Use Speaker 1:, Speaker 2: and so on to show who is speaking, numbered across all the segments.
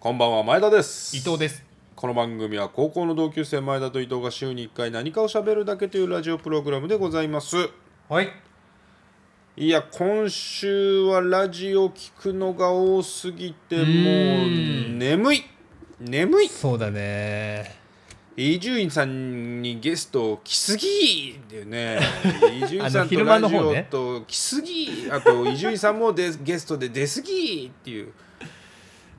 Speaker 1: こんばんは前田です
Speaker 2: 伊藤です
Speaker 1: この番組は高校の同級生前田と伊藤が週に1回何かを喋るだけというラジオプログラムでございます
Speaker 2: はい
Speaker 1: いや今週はラジオ聞くのが多すぎてもう眠い眠い
Speaker 2: そうだね
Speaker 1: 伊集院さんにゲスト来すぎっていうね伊集院
Speaker 2: あ
Speaker 1: さ
Speaker 2: の
Speaker 1: んと
Speaker 2: 昼間
Speaker 1: ラ
Speaker 2: の
Speaker 1: ジ
Speaker 2: 方
Speaker 1: オ
Speaker 2: ね
Speaker 1: と来すぎあと伊集院さんもでゲストで出すぎっていう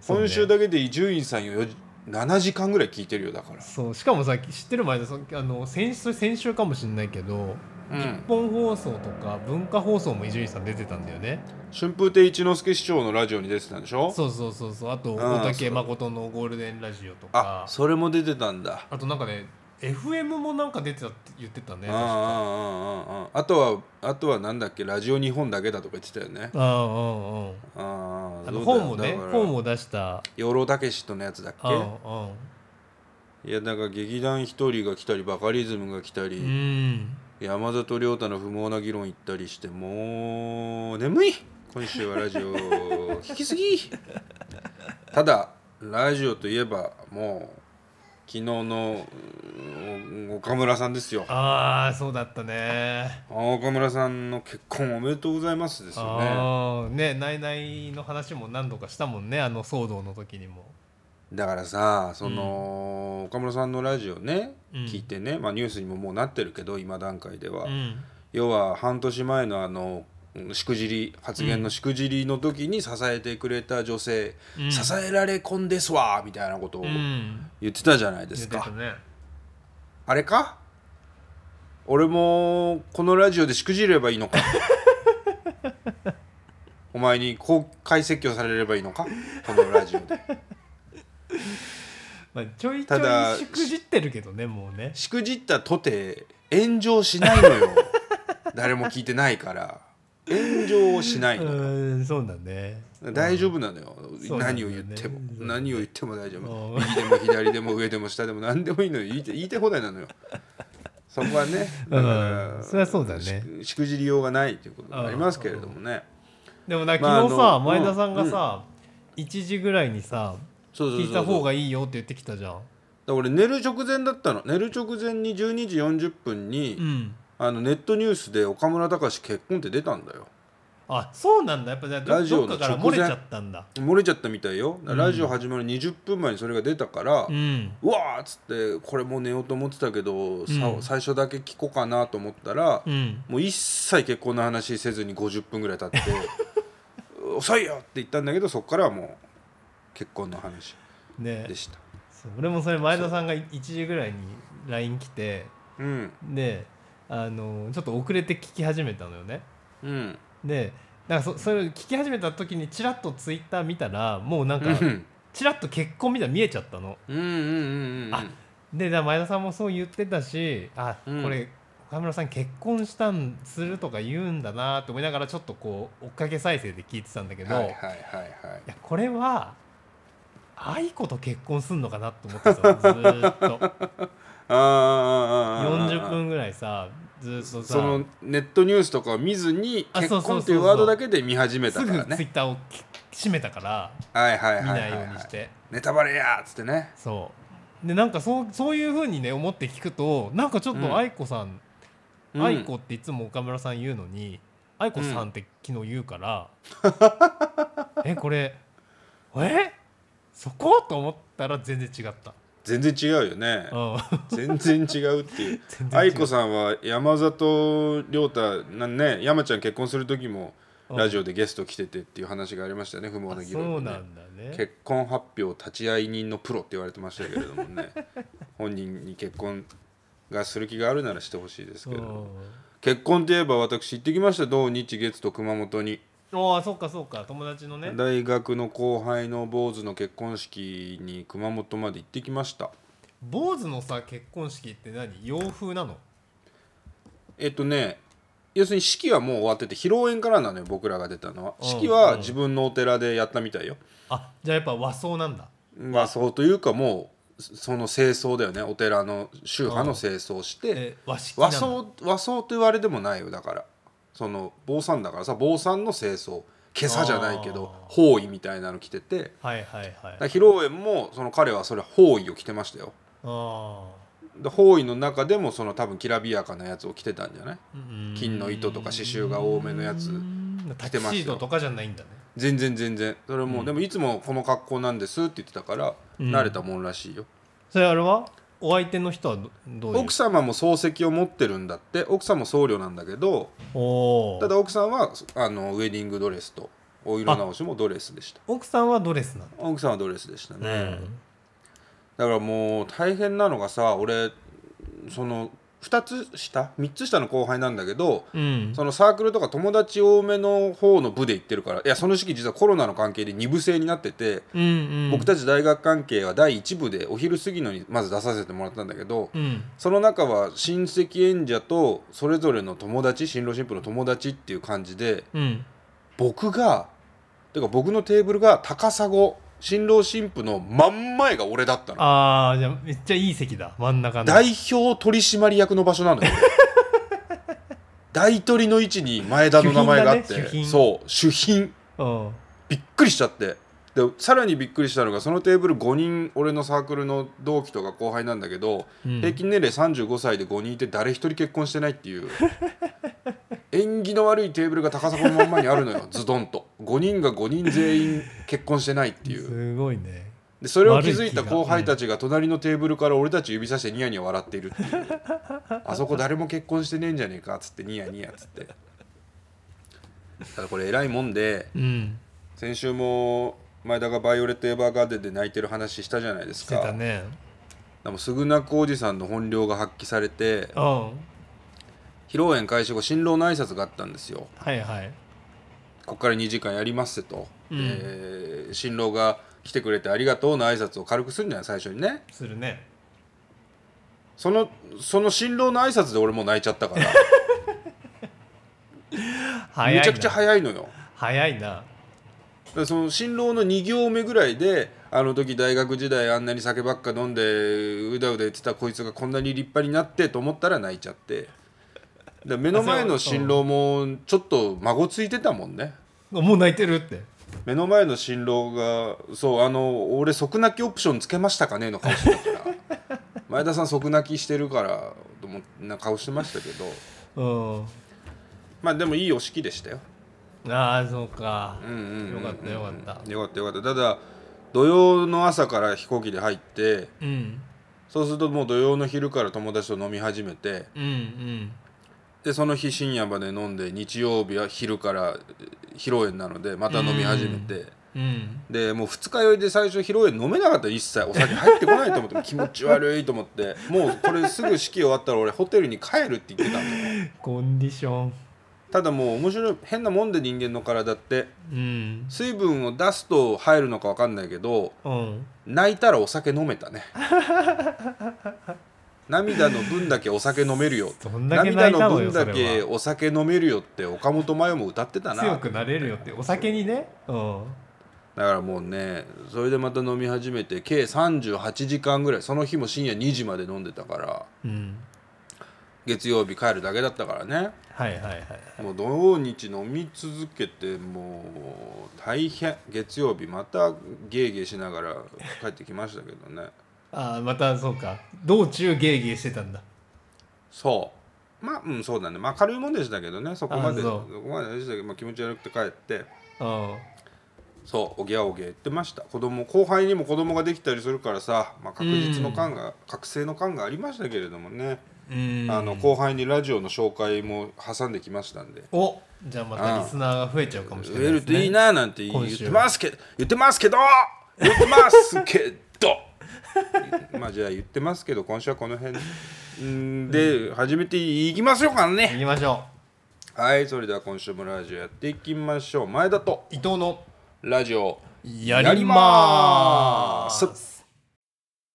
Speaker 2: そうね
Speaker 1: 今週だけで伊集院さんよよ7時間ぐらい聞いてるよだから
Speaker 2: そうしかもさ知ってる前でそのあの先週先週かもしれないけど
Speaker 1: うん
Speaker 2: 日本放送とか文化放送も伊集院さん出てたんだよね
Speaker 1: 春風亭一之輔市長のラジオに出てたんでしょ
Speaker 2: そうそうそうそうあと
Speaker 1: あー
Speaker 2: 大竹
Speaker 1: そう
Speaker 2: 誠のゴールデンラジオと
Speaker 1: あ
Speaker 2: かあ
Speaker 1: それも出てたんだ
Speaker 2: となんかね FM もなんか出てたって言ってたね
Speaker 1: あああああああとはあとはなんだっけラジオ日本だけだとか言ってたよね
Speaker 2: あうんうんうん
Speaker 1: ああ
Speaker 2: あの本もね本
Speaker 1: を
Speaker 2: を出した
Speaker 1: 養老たけしとのやつだっ
Speaker 2: うん
Speaker 1: けいやなんか劇団一人が来たりバカリズムが来たり、
Speaker 2: うんうん
Speaker 1: 山里亮太の不毛な議論行ったりしてもう眠い今週はラジオ聞きすぎただラジオといえばもう昨日のうんお岡村さんですよ
Speaker 2: ああそうだったね
Speaker 1: 岡村さんの結婚おめでとうございますですよね
Speaker 2: ああねないないの話も何度かしたもんねあの騒動の時にも
Speaker 1: だからさその、岡村さんのラジオね
Speaker 2: うん
Speaker 1: 聞いてね、まあ、ニュースにももうなってるけど今段階では、
Speaker 2: うん
Speaker 1: 要は半年前のあのうんしくじり発言のしくじりの時に支えてくれた女性、
Speaker 2: うん
Speaker 1: 支えられこんですわみたいなことを
Speaker 2: うん
Speaker 1: 言ってたじゃないです
Speaker 2: 言って
Speaker 1: か、
Speaker 2: たね
Speaker 1: あれか俺もこのラジオでしくじればいい のかお前に公開説教されればいいのかこのラジオで
Speaker 2: まあ、ちょいちょ
Speaker 1: ただ
Speaker 2: いしくじってるけどねもうね
Speaker 1: しくじったとて炎上しないの よ誰も聞いてないから炎上をしないうの
Speaker 2: ーんそうだね
Speaker 1: 大丈夫なのよ、
Speaker 2: そうなんだ
Speaker 1: 何
Speaker 2: よ
Speaker 1: を
Speaker 2: ね
Speaker 1: 言っても、
Speaker 2: そう
Speaker 1: 何を言っても大丈夫
Speaker 2: うん
Speaker 1: 右でも左でも上でも下でも何でもいいのよ言いたい言いたい放題なのよそこはねだから、
Speaker 2: うんそりゃそうだね
Speaker 1: しくしくじりようがないっていうことになりますけれどもね、
Speaker 2: でもな昨
Speaker 1: まあ
Speaker 2: 日さ、
Speaker 1: あの
Speaker 2: 前田さんがさ、1時ぐらいにさ
Speaker 1: そうそうそう
Speaker 2: 聞いた方がいいよって言ってきたじゃん
Speaker 1: だから俺寝る直前だったの寝る直前に12時40分に、
Speaker 2: うん
Speaker 1: あのネットニュースで岡村隆史結婚って出たんだよ
Speaker 2: あそうなんだやっぱじゃあ
Speaker 1: ラ
Speaker 2: ど
Speaker 1: ジオ
Speaker 2: ど
Speaker 1: の
Speaker 2: っかから
Speaker 1: 直
Speaker 2: 漏
Speaker 1: 前
Speaker 2: れちゃったんだ
Speaker 1: 漏れちゃったみたいよラジオ始まる20分前にそれが出たから、
Speaker 2: うん
Speaker 1: うわーっつってこれもう寝ようと思ってたけど、さ
Speaker 2: うん
Speaker 1: 最初だけ聞こうかなと思ったら、
Speaker 2: うん
Speaker 1: もう一切結婚の話せずに50分ぐらい経って 「遅いよ!」って言ったんだけどそこからはもう結婚の話
Speaker 2: ね
Speaker 1: でした。
Speaker 2: そう俺もそれ前田さんが1時ぐらいに LINE 来て
Speaker 1: うん、
Speaker 2: であのちょっと遅れて聞き始めたのよね
Speaker 1: うん、
Speaker 2: でなんかそそれを聞き始めた時にチラッとツイッター見たらもうなん
Speaker 1: う
Speaker 2: か
Speaker 1: ん
Speaker 2: チラッと結婚みたいなの見えちゃったの
Speaker 1: うんうんうんうん
Speaker 2: あでだから前田さんもそう言ってたしあ、
Speaker 1: うん
Speaker 2: これ岡村さん結婚したんするとか言うんだなと思いながらちょっとこう追っかけ再生で聞いてたんだけど、
Speaker 1: はい
Speaker 2: い
Speaker 1: はいはいはい
Speaker 2: やこれは愛子と結婚すんのかなと思ってたのずーっと
Speaker 1: あーあーあーあー
Speaker 2: 40分ぐらいさずーっとさ
Speaker 1: そのネットニュースとかを見ずに
Speaker 2: あ
Speaker 1: 結
Speaker 2: そうそ
Speaker 1: 婚
Speaker 2: うそうそう
Speaker 1: っていうワードだけで見始めた
Speaker 2: す
Speaker 1: か
Speaker 2: ぐ
Speaker 1: ら
Speaker 2: ツイ
Speaker 1: ね
Speaker 2: ッターをき閉めたから
Speaker 1: はいはいは
Speaker 2: 見
Speaker 1: いは
Speaker 2: ない
Speaker 1: い
Speaker 2: よ
Speaker 1: は
Speaker 2: うにして、
Speaker 1: いネタバレやーっつってね
Speaker 2: そうでなんかそうそういうふうにね思って聞くとなんかちょっ
Speaker 1: うん
Speaker 2: と愛子さん、
Speaker 1: うん
Speaker 2: 愛子っていつも岡村さん言うのに愛子さんって昨日言 うから、えこれえそこと思ったら全然違った、
Speaker 1: 全然違うよね
Speaker 2: う
Speaker 1: 全
Speaker 2: ん、
Speaker 1: 然違うっていう
Speaker 2: 全然違う
Speaker 1: 愛子さんは山里亮太なんね山ちゃん結婚する時も
Speaker 2: うん
Speaker 1: ラジオでゲスト来ててっていう話がありましたね不毛な議
Speaker 2: そう
Speaker 1: 論で
Speaker 2: な
Speaker 1: ね
Speaker 2: んだね
Speaker 1: 結婚発表立ち会い人のプロって言われてましたけれども ね本人に結婚がする気があるならしてほしいですけれども結婚といえば私行ってきました同日月と熊本に
Speaker 2: ああそうかそうか友達のね
Speaker 1: 大学の後輩の坊主の結婚式に熊本まで行ってきました
Speaker 2: 坊主のさ結婚式って何洋風なの
Speaker 1: えっとね要するに式はもう終わってて披露宴からなのよ僕らが出たのは
Speaker 2: うん
Speaker 1: 式は自分のお寺でやったみたいよ、
Speaker 2: あじゃあやっぱ和装なんだ
Speaker 1: まあそうというかもうそその清掃だよねお寺の宗派の清掃して、
Speaker 2: え和式な
Speaker 1: 和
Speaker 2: んだ
Speaker 1: 装和装と言われでもないよだからその坊さんだからさ坊さんの清掃今朝じゃないけど
Speaker 2: あー
Speaker 1: 包囲みたいなの着てて
Speaker 2: はいはいは
Speaker 1: だ
Speaker 2: い
Speaker 1: から披露宴もその彼はそれ包囲を着てましたよ
Speaker 2: あ
Speaker 1: で包囲の中でもその多分きらびやかなやつを着てたんじゃない
Speaker 2: ー
Speaker 1: 金の糸とか刺繍が多めのやつ
Speaker 2: うんタ
Speaker 1: 着
Speaker 2: キ
Speaker 1: てましたよ
Speaker 2: シードとかじゃないんだね
Speaker 1: 全然全然それも、
Speaker 2: うん
Speaker 1: でもいつもこの格好なんですって言ってたから、
Speaker 2: うん
Speaker 1: 慣れたもんらしいよ
Speaker 2: それあれはお相手の人はどどういう
Speaker 1: 奥様も漱石を持ってるんだって奥さんも僧侶なんだけど
Speaker 2: おー
Speaker 1: ただ奥さんはあのウェディングドレスとお色直しもドレスでした
Speaker 2: 奥さんはドレスなんだ
Speaker 1: 奥さんはドレスでしたね、
Speaker 2: うん
Speaker 1: だからもう大変なのがさ俺その2つ下3つ下の後輩なんだけど
Speaker 2: うん
Speaker 1: そのサークルとか友達多めの方の部で行ってるからいやその時期実はコロナの関係で2部制になってて、
Speaker 2: うんうん
Speaker 1: 僕たち大学関係は第1部でお昼過ぎのにまず出させてもらったんだけど、
Speaker 2: うん
Speaker 1: その中は親戚演者とそれぞれの友達新郎新婦の友達っていう感じで
Speaker 2: うん
Speaker 1: 僕がてか僕のテーブルが高砂新郎新婦の真ん前が俺だったの
Speaker 2: ああじゃあめっちゃいい席だ真ん中の
Speaker 1: 代表取締役の場所なの よ大鳥の位置に前田の名前があって、
Speaker 2: 主賓だね主賓
Speaker 1: そう主賓
Speaker 2: うん
Speaker 1: びっくりしちゃってでさらにびっくりしたのがそのテーブル5人俺のサークルの同期とか後輩なんだけど、
Speaker 2: うん
Speaker 1: 平均年齢35歳で5人いて誰一人結婚してないっていう縁起の悪いテーブルが高砂のまんまにあるのよズドンと5人が5人全員結婚してないっていう
Speaker 2: すごいね
Speaker 1: でそれを気づいた後輩たちが隣のテーブルから俺たち指さしてニヤニヤ笑っているっていうあそこ誰も結婚してねえんじゃねえかっつってニヤニヤっつってただこれ偉いもんで
Speaker 2: うん
Speaker 1: 先週も前田が「バイオレット・エヴァーガーデン」で泣いてる話したじゃないです
Speaker 2: して
Speaker 1: か
Speaker 2: たね
Speaker 1: でもすぐなくおじさんの本領が発揮されて
Speaker 2: うん
Speaker 1: 披露宴開始後新郎の挨拶があったんですよ
Speaker 2: はいはい
Speaker 1: ここから2時間やりますってと、
Speaker 2: うん
Speaker 1: で新郎が来てくれてありがとうの挨拶を軽くするんじゃない最初にね
Speaker 2: するね
Speaker 1: そのその新郎の挨拶で俺もう泣いちゃったから
Speaker 2: 早いな
Speaker 1: めちゃくちゃ早いのよ
Speaker 2: 早いな
Speaker 1: でその新郎の2行目ぐらいであの時大学時代あんなに酒ばっか飲んでうだうだ言ってたこいつがこんなに立派になってと思ったら泣いちゃってで目の前の新郎もちょっと孫ついてたもんね
Speaker 2: もう泣いてるって
Speaker 1: 目の前の新郎が「そうあの俺即泣きオプションつけましたかね?」の顔してたから 前田さん即泣きしてるからと思ってな顔してましたけど
Speaker 2: うん
Speaker 1: まあでもいいお式でしたよ
Speaker 2: ああそうか
Speaker 1: うんうんうんうん
Speaker 2: よかったよかった
Speaker 1: よかったよかったただ土曜の朝から飛行機で入って
Speaker 2: うん
Speaker 1: そうするともう土曜の昼から友達と飲み始めて
Speaker 2: うんうん
Speaker 1: でその日深夜まで飲んで日曜日は昼からえー披露宴なのでまた飲み始めて
Speaker 2: うん
Speaker 1: でもう二日酔いで最初披露宴飲めなかった一切お酒入ってこないと思って気持ち悪いと思ってもうこれすぐ式終わったら俺ホテルに帰るって言ってたの
Speaker 2: コンディション
Speaker 1: ただもう面白い変なもんで人間の体って
Speaker 2: うん
Speaker 1: 水分を出すと入るのか分かんないけど
Speaker 2: うん
Speaker 1: 泣いたらお酒飲めたね涙の分だけお酒飲めるよ
Speaker 2: どんだけ泣いたの
Speaker 1: 涙
Speaker 2: よ
Speaker 1: の分だ
Speaker 2: それ
Speaker 1: け
Speaker 2: は
Speaker 1: お酒飲めるよって岡本真代も歌ってたな
Speaker 2: 強くなれるよってお酒にねうん
Speaker 1: だからもうねそれでまた飲み始めて計38時間ぐらいその日も深夜2時まで飲んでたから
Speaker 2: うん
Speaker 1: 月曜日帰るだけだったからね
Speaker 2: はいはいはい
Speaker 1: もう土日飲み続けてもう大変月曜日またゲーゲーしながら帰ってきましたけどね
Speaker 2: ああまたそうか道中ゲーゲーしてたんだ
Speaker 1: そうまあうんそうだねまあ軽いもんでしたけどねそこまでそ
Speaker 2: あそう
Speaker 1: こまででしたけど、まあ、気持ち悪くて帰って
Speaker 2: うん
Speaker 1: そうおぎゃおぎゃ言ってました子供後輩にも子供ができたりするからさ、まあ、確実の感が、覚醒の感がありましたけれどもね、
Speaker 2: うん
Speaker 1: あの後輩にラジオの紹介も挟んできましたんで
Speaker 2: おじゃあまたリスナーが増えちゃうかもしれ
Speaker 1: 増
Speaker 2: な
Speaker 1: え
Speaker 2: いで
Speaker 1: る
Speaker 2: す
Speaker 1: といい
Speaker 2: ね
Speaker 1: ななんて言
Speaker 2: 今
Speaker 1: っ
Speaker 2: 週
Speaker 1: てますけど言ってますけど言ってますけど まあじゃあ言ってますけど今週はこの辺んで始めていきましょうかね
Speaker 2: 行きましょ
Speaker 1: はいそれでは今週もラジオやっていきましょう前田と
Speaker 2: う伊藤の
Speaker 1: ラジオ
Speaker 2: やりまーす
Speaker 1: やりま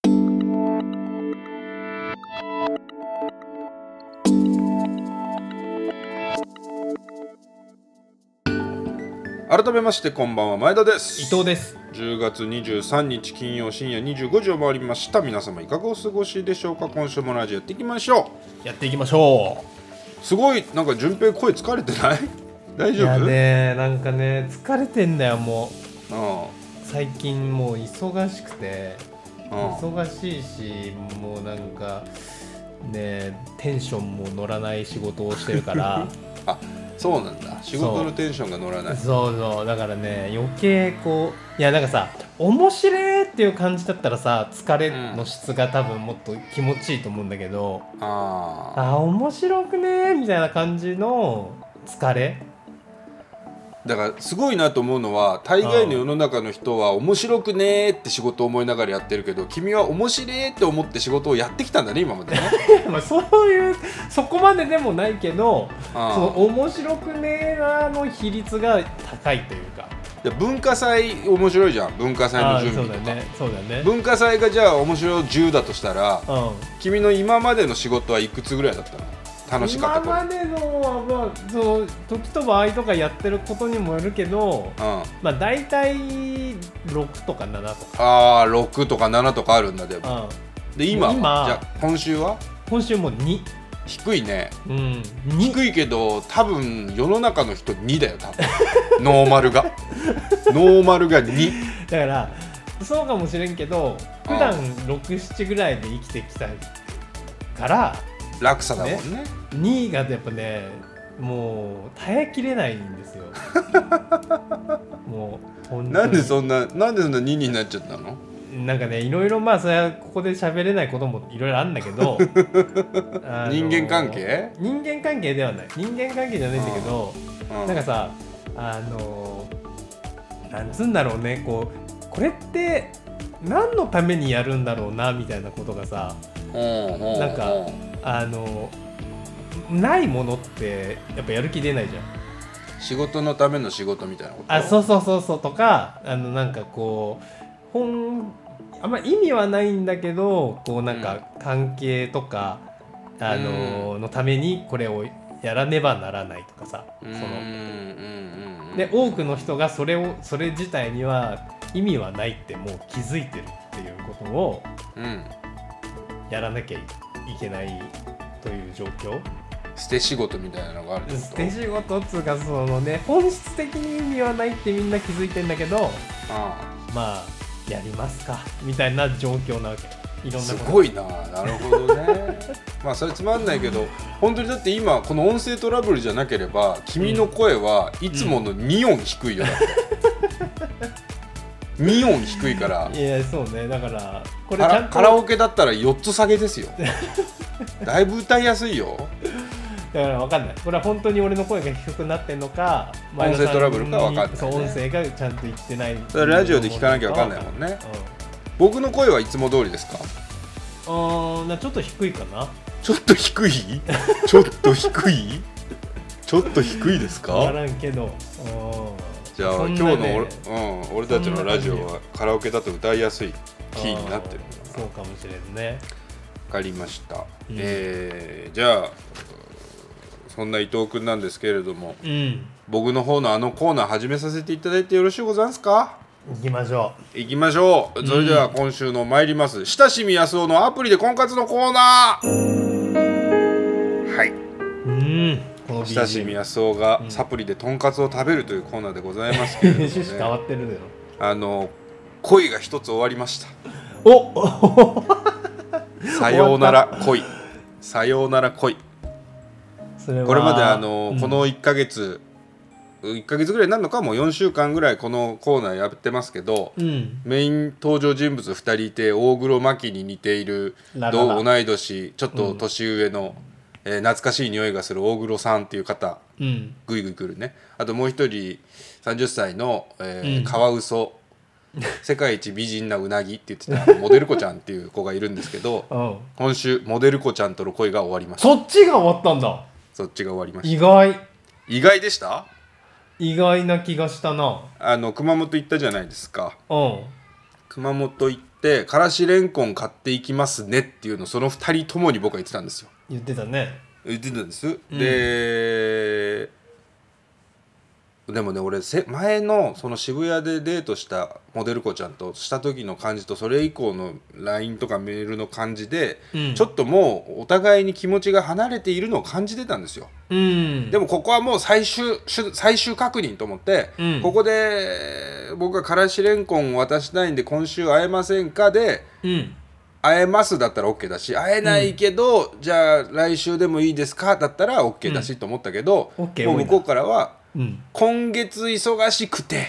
Speaker 1: 改めましてこんばんは前田です
Speaker 2: 伊藤です
Speaker 1: 10月23日金曜深夜25時を回りました皆様いかがお過ごしでしょうか今週もラジオやっていきましょ
Speaker 2: やっていきましょ
Speaker 1: うすごいなんか順平声疲れてない
Speaker 2: う
Speaker 1: 大
Speaker 2: い
Speaker 1: 丈
Speaker 2: や
Speaker 1: 夫、
Speaker 2: ねなんかね疲れてんだよもう
Speaker 1: うん
Speaker 2: 最近もう忙しくて
Speaker 1: うん
Speaker 2: 忙しいしもうなんかねテンションも乗らない仕事をしてるから
Speaker 1: あそうなんだ仕事のテンションが乗らない
Speaker 2: そうそうだからね余計こういやなんかさ面白いっていう感じだったらさ疲れの質が多分もっと気持ちいいと思うんだけど、
Speaker 1: あ
Speaker 2: あ面白くねーみたいな感じの疲れ
Speaker 1: ーだからすごいなと思うのは大概の世の中の人は面白くねーって仕事を思いながらやってるけど君は面白いって思って仕事をやってきたんだね今までね
Speaker 2: まあそういうそこまででもないけど その
Speaker 1: あ
Speaker 2: 面白くねーなーの比率が高いというか
Speaker 1: 文化祭面白いじゃん文化祭の
Speaker 2: あ
Speaker 1: 準
Speaker 2: ーそ
Speaker 1: 備
Speaker 2: う
Speaker 1: とか、
Speaker 2: だねそうだね
Speaker 1: 文化祭がじゃあ面白い10だとしたら
Speaker 2: うん
Speaker 1: 君の今までの仕事はいくつぐらいだったの楽しかった
Speaker 2: 今までのは、まあ、その時と場合とかやってることにもよるけど、
Speaker 1: とうん
Speaker 2: まあ、大体6とか7と
Speaker 1: ああ6とか7とかあるんだでも
Speaker 2: か、
Speaker 1: で今は
Speaker 2: 今
Speaker 1: じゃあ今週は
Speaker 2: うん、今週も2、
Speaker 1: 低いね
Speaker 2: うん、2
Speaker 1: 低いけど多分世の中の人2だよ多分ノーマルがノーマルが2
Speaker 2: だからそうかもしれんけど普段67ぐらいで生きてきたから
Speaker 1: 落差だもんね
Speaker 2: 2がやっぱねもう耐えきれない んですよもう本当に
Speaker 1: なんでそんななんでそんな2になっちゃったの
Speaker 2: なんかねいろいろまあそれはここで喋れないこともいろいろあるんだけ どあの
Speaker 1: 人間関係、
Speaker 2: 人間関係ではない人間関係じゃないんだけど
Speaker 1: うん、
Speaker 2: なんかさあのなんつうんだろうねこうこれって何のためにやるんだろうなみたいなことがさ
Speaker 1: うんうん
Speaker 2: なんか
Speaker 1: うん
Speaker 2: あのないものってやっぱやる気出ないじゃん。
Speaker 1: 仕事のための仕事みたいなこと
Speaker 2: あそううそうそうそうとかあのなんかこう本あんまり意味はないんだけどこうなんか関係とか、あののためにこれをやらねばならないとかさそ
Speaker 1: うんうん
Speaker 2: の
Speaker 1: うんうん
Speaker 2: で多くの人がそれをそれ自体には意味はないってもう気づいてるっていうことを
Speaker 1: うん
Speaker 2: やらなきゃいけないという状況
Speaker 1: 捨て仕事みたいなのがあるってこと
Speaker 2: 手仕事っつうかそのね本質的に意味はないってみんな気づいてんだけど
Speaker 1: あ
Speaker 2: まあやりますかみたいな状況なわけい
Speaker 1: あ
Speaker 2: ろんな
Speaker 1: す
Speaker 2: こと
Speaker 1: ごいななるほど ねまあそれつまんないけど本当にだって今この音声トラブルじゃなければ君の声はいつもの2音低いよだって、2音低いから
Speaker 2: いやそうねだからこれち
Speaker 1: カ
Speaker 2: ゃ
Speaker 1: ラ
Speaker 2: んと
Speaker 1: カラオケだったら4つ下げですよだいぶ歌いやすいよ
Speaker 2: だから分かんないこれは本当に俺の声が低くなってんのか
Speaker 1: 音声トラブルか分かんないね
Speaker 2: そう音声がちゃんと言ってない
Speaker 1: それラジオで聞かなきゃ分かんないもんね僕の声はいつも通りですか
Speaker 2: うん、うん、なちょっと低いかな
Speaker 1: ちょっと低いちょっと低いちょっと低いですか
Speaker 2: 分からんけどうん
Speaker 1: じゃあ、
Speaker 2: そん
Speaker 1: 今
Speaker 2: な
Speaker 1: 日の
Speaker 2: ね
Speaker 1: 俺,、うん、俺たちのラジオはカラオケだと歌いやすいキーになってる
Speaker 2: うんそうかもしれんね
Speaker 1: 分かりました、
Speaker 2: うん
Speaker 1: えーじゃあうんそんな伊藤君なんですけれども
Speaker 2: うん
Speaker 1: 僕の方のあのコーナー始めさせていただいてよろしいござんすか
Speaker 2: 行きましょ
Speaker 1: いきましょうそれでは今週の参ります、親しみやすおのアプリで婚活のコーナーはい、
Speaker 2: ううんこの BGM
Speaker 1: 親しみやすおがサプリでとんかつを食べるというコーナーでございますけれども、
Speaker 2: 趣旨変わ
Speaker 1: ね、
Speaker 2: ってるだよ
Speaker 1: あの恋が一つ終わりました
Speaker 2: おお
Speaker 1: さようなら恋さようなら恋
Speaker 2: それは
Speaker 1: これまであの、
Speaker 2: うん
Speaker 1: この1ヶ月1ヶ月ぐらいになるのかもう4週間ぐらいこのコーナーやってますけど、
Speaker 2: うん
Speaker 1: メイン登場人物2人いて大黒摩季に似ている
Speaker 2: ラララ
Speaker 1: 同同い年ちょっと年上の、えー懐かしい匂いがする大黒さんっていう方
Speaker 2: うん
Speaker 1: ぐいぐい来るねあともう一人30歳の、えー
Speaker 2: うん
Speaker 1: カワウソ世界一美人なうなぎって言ってたモデル子ちゃんっていう子がいるんですけ ど
Speaker 2: うん
Speaker 1: 今週モデル子ちゃんとの恋が終わりました
Speaker 2: そっちが終わったんだ
Speaker 1: そっちが終わりまし
Speaker 2: 意外
Speaker 1: た意外でした
Speaker 2: 意外な気がしたな
Speaker 1: あの熊本行ったじゃないですか
Speaker 2: うん
Speaker 1: 熊本行ってからしれんこん買っていきますねっていうのをその2人ともに僕は言ってたんですよ
Speaker 2: 言ってたね
Speaker 1: 言ってたんです、ででもね俺せ前のその渋谷でデートしたモデル子ちゃんとした時の感じとそれ以降の LINE とかメールの感じで、
Speaker 2: うん
Speaker 1: ちょっともうお互いに気持ちが離れているのを感じてたんですよ、
Speaker 2: うん
Speaker 1: でもここはもう最終手最終確認と思って、
Speaker 2: うん
Speaker 1: ここで僕がからしれんこんを渡したいんで今週会えませんかで
Speaker 2: うん
Speaker 1: 会えますだったら OK だし会えないけど、じゃあ来週でもいいですかだったら OK だしと思ったけど、
Speaker 2: うん OK
Speaker 1: もう向こうからは
Speaker 2: うん
Speaker 1: 今月忙しくて、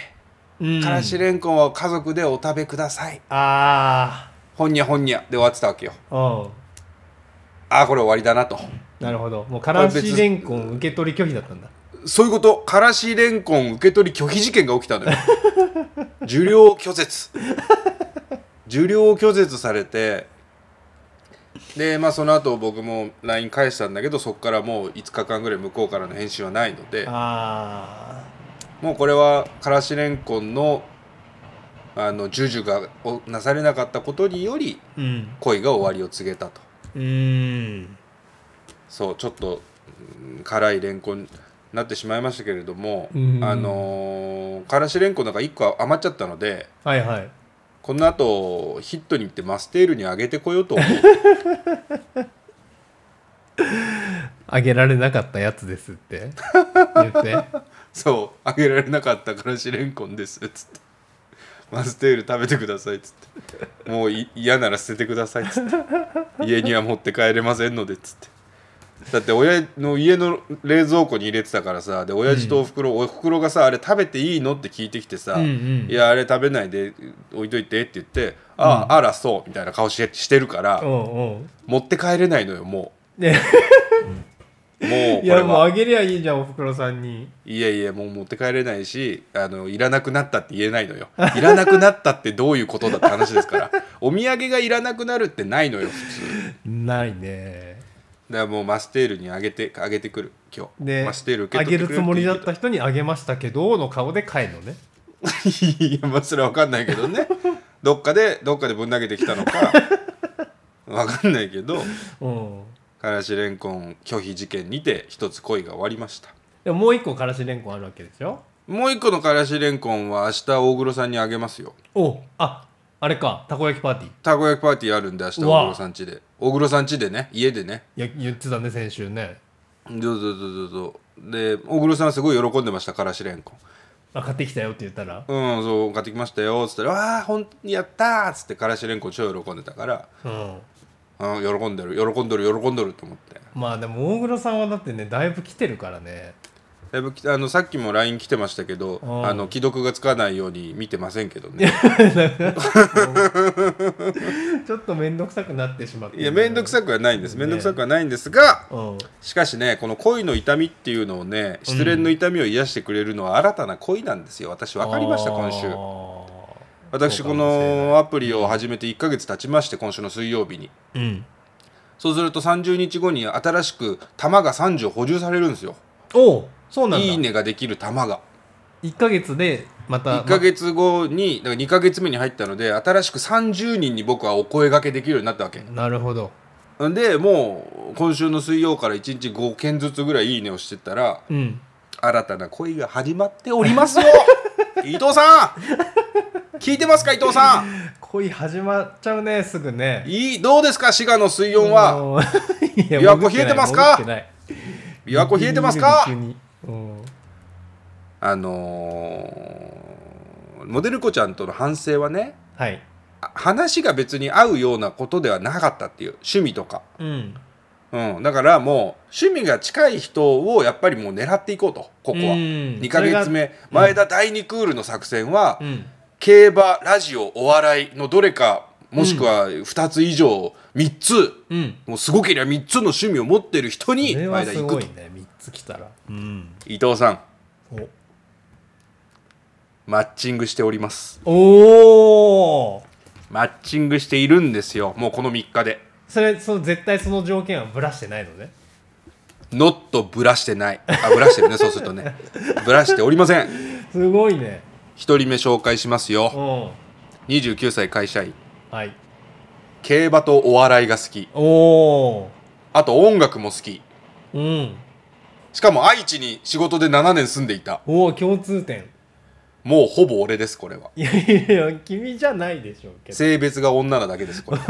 Speaker 2: うん
Speaker 1: からしれんこんを家族でお食べください
Speaker 2: あ
Speaker 1: ほんにゃほんにゃで終わってたわけよ
Speaker 2: あうん
Speaker 1: ああこれ終わりだなと
Speaker 2: なるほどもうからしれんこん受け取り拒否だったんだ
Speaker 1: そういうことからしれんこん受け取り拒否事件が起きたのよ受領拒絶受領拒絶されてでまあその後僕も LINE 返したんだけどそこからもう5日間ぐらい向こうからの返信はないので
Speaker 2: あ
Speaker 1: もうこれはからしれんこんのあのジュジュがおなされなかったことにより
Speaker 2: あうん
Speaker 1: 恋が終わりを告げたと
Speaker 2: うん
Speaker 1: そうちょっとうん辛いレンコンになってしまいましたけれども、
Speaker 2: うん
Speaker 1: あのーからしれんこんなんか1個余っちゃったので
Speaker 2: はいはい
Speaker 1: この後ヒットに行ってマステールに上げてこようと 思う
Speaker 2: あげられなかったやつですって 言って
Speaker 1: そう上げられなかったからしれんこんですっつってマステール食べてくださいっつってもうい嫌なら捨ててくださいっつって家には持って帰れませんのでっつってだって親の家の冷蔵庫に入れてたからさで親父とおふくろ、おふくろがさあれ食べていいのって聞いてきてさ、
Speaker 2: うんうん
Speaker 1: いやあれ食べないで置いといてって言って「あああらそう」みたいな顔してしてるから、
Speaker 2: うんうん
Speaker 1: 持って帰れないのよも
Speaker 2: ね
Speaker 1: うもうこれ
Speaker 2: いやもう
Speaker 1: は
Speaker 2: あげりゃいいじゃんおふくろさんに
Speaker 1: いやいやもう持って帰れないしあのいらなくなったって言えないのよいらなくなったってどういうことだって話ですから お土産がいらなくなるってないのよ普通
Speaker 2: ないね
Speaker 1: だからもうマステールにあげてあげてくる今日
Speaker 2: で
Speaker 1: マステール受
Speaker 2: あ
Speaker 1: け
Speaker 2: げ
Speaker 1: 取ってく
Speaker 2: るつ
Speaker 1: れ
Speaker 2: もりだってた人にあげましたけどの顔で帰るのね
Speaker 1: いやまあそれは分かんないけどねどっかでどっかでぶん投げてきたの か分かんないけど
Speaker 2: うん
Speaker 1: からしれんこん拒否事件にて一つ恋が終わりました
Speaker 2: でももう一個からしれんこんあるわけでしょ
Speaker 1: もう一個のからしれんこんは明日大黒さんにあげますよ
Speaker 2: おああれかたこ焼きパーティー
Speaker 1: たこ焼きパーティーあるんで明日
Speaker 2: うわ
Speaker 1: 大黒さん家で大黒さん家でね家でね
Speaker 2: いや言ってたね先週ね
Speaker 1: どうぞどうぞどうぞで大黒さんはすごい喜んでましたからしれんこん
Speaker 2: あ買ってきたよって言ったら
Speaker 1: うんそう買ってきましたよっつったら「わあほんやった!」っつってからしれんこん超喜んでたから
Speaker 2: うん
Speaker 1: うん喜んでる喜んどる喜んどると思って
Speaker 2: まあでも大黒さんはだってねだいぶ来てるからね
Speaker 1: だいぶきあのさっきも LINE 来てましたけど
Speaker 2: うん
Speaker 1: あの既読がつかないように見てませんけどね
Speaker 2: ちょっと面倒くさくなってしまって
Speaker 1: いや面倒くさくはないんです面倒くさくはないんですが、
Speaker 2: うん
Speaker 1: しかしねこの恋の痛みっていうのをね失恋の痛みを癒してくれるのは新たな恋なんですよ私分かりました
Speaker 2: あー
Speaker 1: 今週
Speaker 2: そ
Speaker 1: 私
Speaker 2: うか
Speaker 1: こ
Speaker 2: もしれない
Speaker 1: のアプリを始めて1ヶ月経ちまして今週の水曜日に
Speaker 2: うん
Speaker 1: そうすると30日後に新しく玉が30補充されるんですよ
Speaker 2: おうそうなんだ
Speaker 1: いいねができる玉が
Speaker 2: 1か月でまた
Speaker 1: 1ヶ月後にだから2ヶ月目に入ったので新しく30人に僕はお声掛けできるようになったわけ
Speaker 2: なるほど
Speaker 1: でもう今週の水曜から1日5件ずつぐらいいいねをしてったら
Speaker 2: うん
Speaker 1: 新たな恋が始まっておりますよ 伊藤さん聞いてますか伊藤さん
Speaker 2: 恋始まっちゃうねすぐね
Speaker 1: いいどうですか滋賀の水温は
Speaker 2: うん い
Speaker 1: 琵琶
Speaker 2: や
Speaker 1: 湖
Speaker 2: 戻って
Speaker 1: 冷えてます
Speaker 2: 戻
Speaker 1: か
Speaker 2: ってない
Speaker 1: 琵琶湖冷えてますか
Speaker 2: 急にうん
Speaker 1: あのーモデル子ちゃんとの反省はね
Speaker 2: はい
Speaker 1: あ話が別に合うようなことではなかったっていう趣味とか、
Speaker 2: うん
Speaker 1: うん、だからもう趣味が近い人をやっぱりもう狙っていこうとここは
Speaker 2: うん
Speaker 1: 2ヶ月目
Speaker 2: が
Speaker 1: 前田第2クールの作戦は、
Speaker 2: うん
Speaker 1: 競馬ラジオお笑いのどれかもしくは2つ以上3つ、
Speaker 2: うん
Speaker 1: もうすごけりゃ3つの趣味を持ってる人に
Speaker 2: それ
Speaker 1: 前
Speaker 2: は
Speaker 1: 田
Speaker 2: す
Speaker 1: 行く
Speaker 2: ご
Speaker 1: と
Speaker 2: いね3つ来たらうん
Speaker 1: 伊藤さんマッチングしております
Speaker 2: おおー
Speaker 1: マッチングしているんですよもうこの3日で
Speaker 2: それその絶対その条件はぶらしてないのね
Speaker 1: ノットブラしてないあブラしてる ねそうするとねブラしておりません1
Speaker 2: すごいね
Speaker 1: 人目紹介します
Speaker 2: う
Speaker 1: よ
Speaker 2: ん
Speaker 1: 29歳会社員
Speaker 2: はい
Speaker 1: 競馬とお笑いが好き
Speaker 2: おお
Speaker 1: あと音楽も好き
Speaker 2: うん
Speaker 1: しかも愛知に仕事で7年住んでいた
Speaker 2: おお共通点
Speaker 1: もうほぼ俺ですこれはい
Speaker 2: やいやいや君じゃないでしょうけど
Speaker 1: 性別が女なだけです これ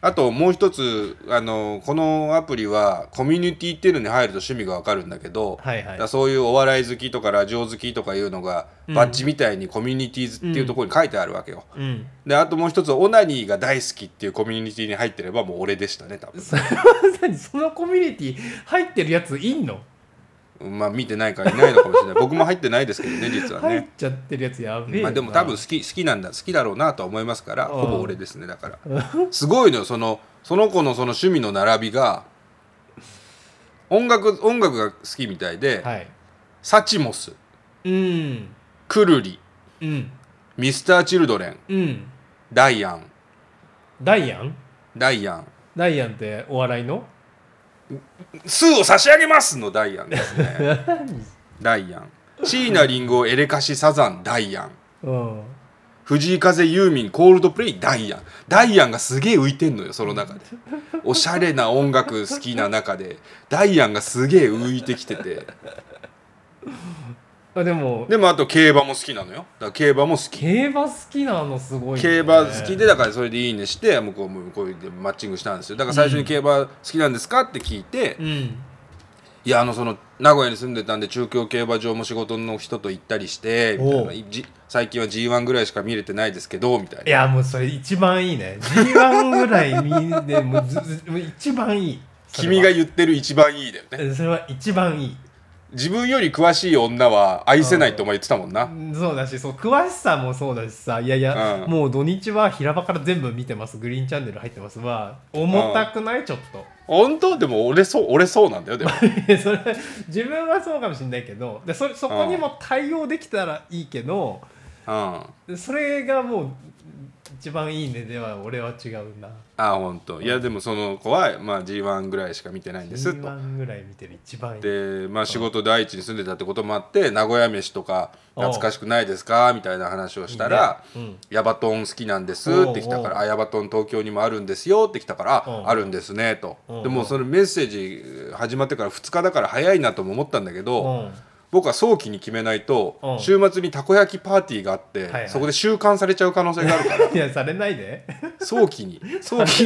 Speaker 1: あともう一つあのこのアプリはコミュニティっていうのに入ると趣味がわかるんだけど、
Speaker 2: はいはい
Speaker 1: だからそういうお笑い好きとかラジオ好きとかいうのが
Speaker 2: うん
Speaker 1: バッジみたいにコミュニティーズっていうところに書いてあるわけよ、
Speaker 2: うん
Speaker 1: であともう一つオナニーが大好きっていうコミュニティに入ってればもう俺でしたね多 分
Speaker 2: それは何そのコミュニティ入ってるやついんの、
Speaker 1: まあ見てないからいないのかもしれない僕も入ってないですけどね実は
Speaker 2: 入っ
Speaker 1: ね、
Speaker 2: ちゃってるやつやべえよな、
Speaker 1: まあ、でも多分好き好きなんだ好きだろうなとは思いますから
Speaker 2: うん
Speaker 1: ほぼ俺ですねだからすごいのよそのその子のその趣味の並びが音楽音楽が好きみたいで、
Speaker 2: はい
Speaker 1: サチモス
Speaker 2: うん
Speaker 1: くるり
Speaker 2: うん
Speaker 1: ミスター・チルドレン
Speaker 2: うん
Speaker 1: ダイアン
Speaker 2: ダイアン
Speaker 1: ダイアン
Speaker 2: ダイアンってお笑いの
Speaker 1: スーを差し上げますのダイアンですね ダイアン椎名林檎エレカシサザンダイアン
Speaker 2: うん
Speaker 1: 藤井風ユーミンコールドプレイダイアンダイアンがすげえ浮いてんのよその中でおしゃれな音楽好きな中でダイアンがすげえ浮いてきてて
Speaker 2: あでも
Speaker 1: でもあと競馬も好きなのよだから競馬も好き
Speaker 2: 競馬好きなのすごい、ね、
Speaker 1: 競馬好きでだからそれでいいねして向こうもこういうでマッチングしたんですよだから最初に競馬好きなんですかって聞いて、
Speaker 2: うん
Speaker 1: いやあのその名古屋に住んでたんで中京競馬場も仕事の人と行ったりしてみたい
Speaker 2: おう
Speaker 1: なじ最近は g 1ぐらいしか見れてないですけどみたい
Speaker 2: い
Speaker 1: な
Speaker 2: やもうそれ一番いいね G1 ぐらいみんでもうずずもう一番いいそれ
Speaker 1: 君
Speaker 2: は
Speaker 1: が言ってる一番いいだよね
Speaker 2: うんそれは一番いい
Speaker 1: 自分より詳しい女は愛せないってお前言ってたもんな
Speaker 2: うんそうだしそう詳しさもそうだしさいやいや、
Speaker 1: うん
Speaker 2: もう土日は平場から全部見てますグリーンチャンネル入ってますは重たくない、ちょっ と
Speaker 1: 本当でも俺そう俺そうなんだ よでも
Speaker 2: それ自分はそうかもしれないけどでそそこにも対応できたらいいけど、
Speaker 1: うんあ
Speaker 2: それがもう一番いいねでは俺は違うな
Speaker 1: 本当いやでもその子は、まあ、g 1ぐらいしか見てないんですと
Speaker 2: G1 ぐらい見てる一番いい
Speaker 1: で、まあ、仕事で愛知に住んでたってこともあって名古屋飯とか懐かしくないですかみたいな話をしたら
Speaker 2: いいねうん
Speaker 1: ヤバトン好きなんです」って来たか
Speaker 2: おうおう
Speaker 1: ら「あヤバトン東京にもあるんですよ」って来たから
Speaker 2: おう
Speaker 1: 「あるんですね」と
Speaker 2: おうおう
Speaker 1: でもそのメッセージ始まってから2日だから早いなとも思ったんだけ
Speaker 2: うん
Speaker 1: ど僕は早期に決めない
Speaker 2: お
Speaker 1: と
Speaker 2: う
Speaker 1: 週末にたこ焼きパーティーがあっ
Speaker 2: いはい
Speaker 1: てそこで習慣されちゃう可能性があるから
Speaker 2: いやされない で
Speaker 1: 早期に早期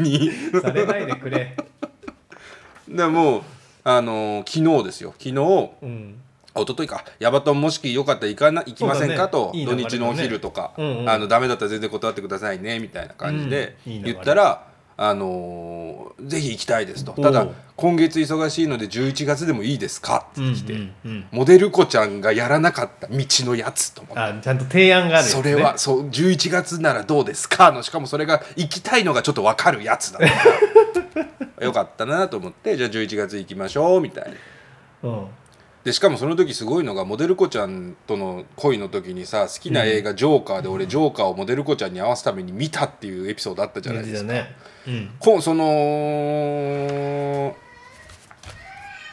Speaker 1: に
Speaker 2: さ
Speaker 1: 早期に
Speaker 2: れないでくれされないでくれ
Speaker 1: でもうあのー昨日ですよ昨日
Speaker 2: うん
Speaker 1: 一昨日か「ヤバトンもしきよかったら行かな行きませんか
Speaker 2: そうだ
Speaker 1: と
Speaker 2: ねいい流
Speaker 1: 土
Speaker 2: れだね
Speaker 1: 日のお昼とか、
Speaker 2: うんうん
Speaker 1: あの「ダメだったら全然断ってくださいね」みたいな感じで
Speaker 2: うんいい流れ
Speaker 1: 言ったら「あのーぜひ行きたいです」と「
Speaker 2: おう
Speaker 1: ただ今月忙しいので11月でもいいですか?」って来て、
Speaker 2: うんうんうん
Speaker 1: モデル子ちゃんがやらなかった道のやつと思って。
Speaker 2: あちゃんと提案があるやつ
Speaker 1: そ
Speaker 2: ね
Speaker 1: れは、そう11月ならどうですかのしかもそれが行きたいのがちょっと分かるやつだったよかったなと思ってじゃあ11月行きましょうみたいな
Speaker 2: うん
Speaker 1: でしかもその時すごいのがモデル子ちゃんとの恋の時にさ好きな映画「ジョーカー」で俺ジョーカーをモデル子ちゃんに合わすために見たっていうエピソードあったじゃない
Speaker 2: 感じ
Speaker 1: で
Speaker 2: だ
Speaker 1: すか。
Speaker 2: ねうん
Speaker 1: こうその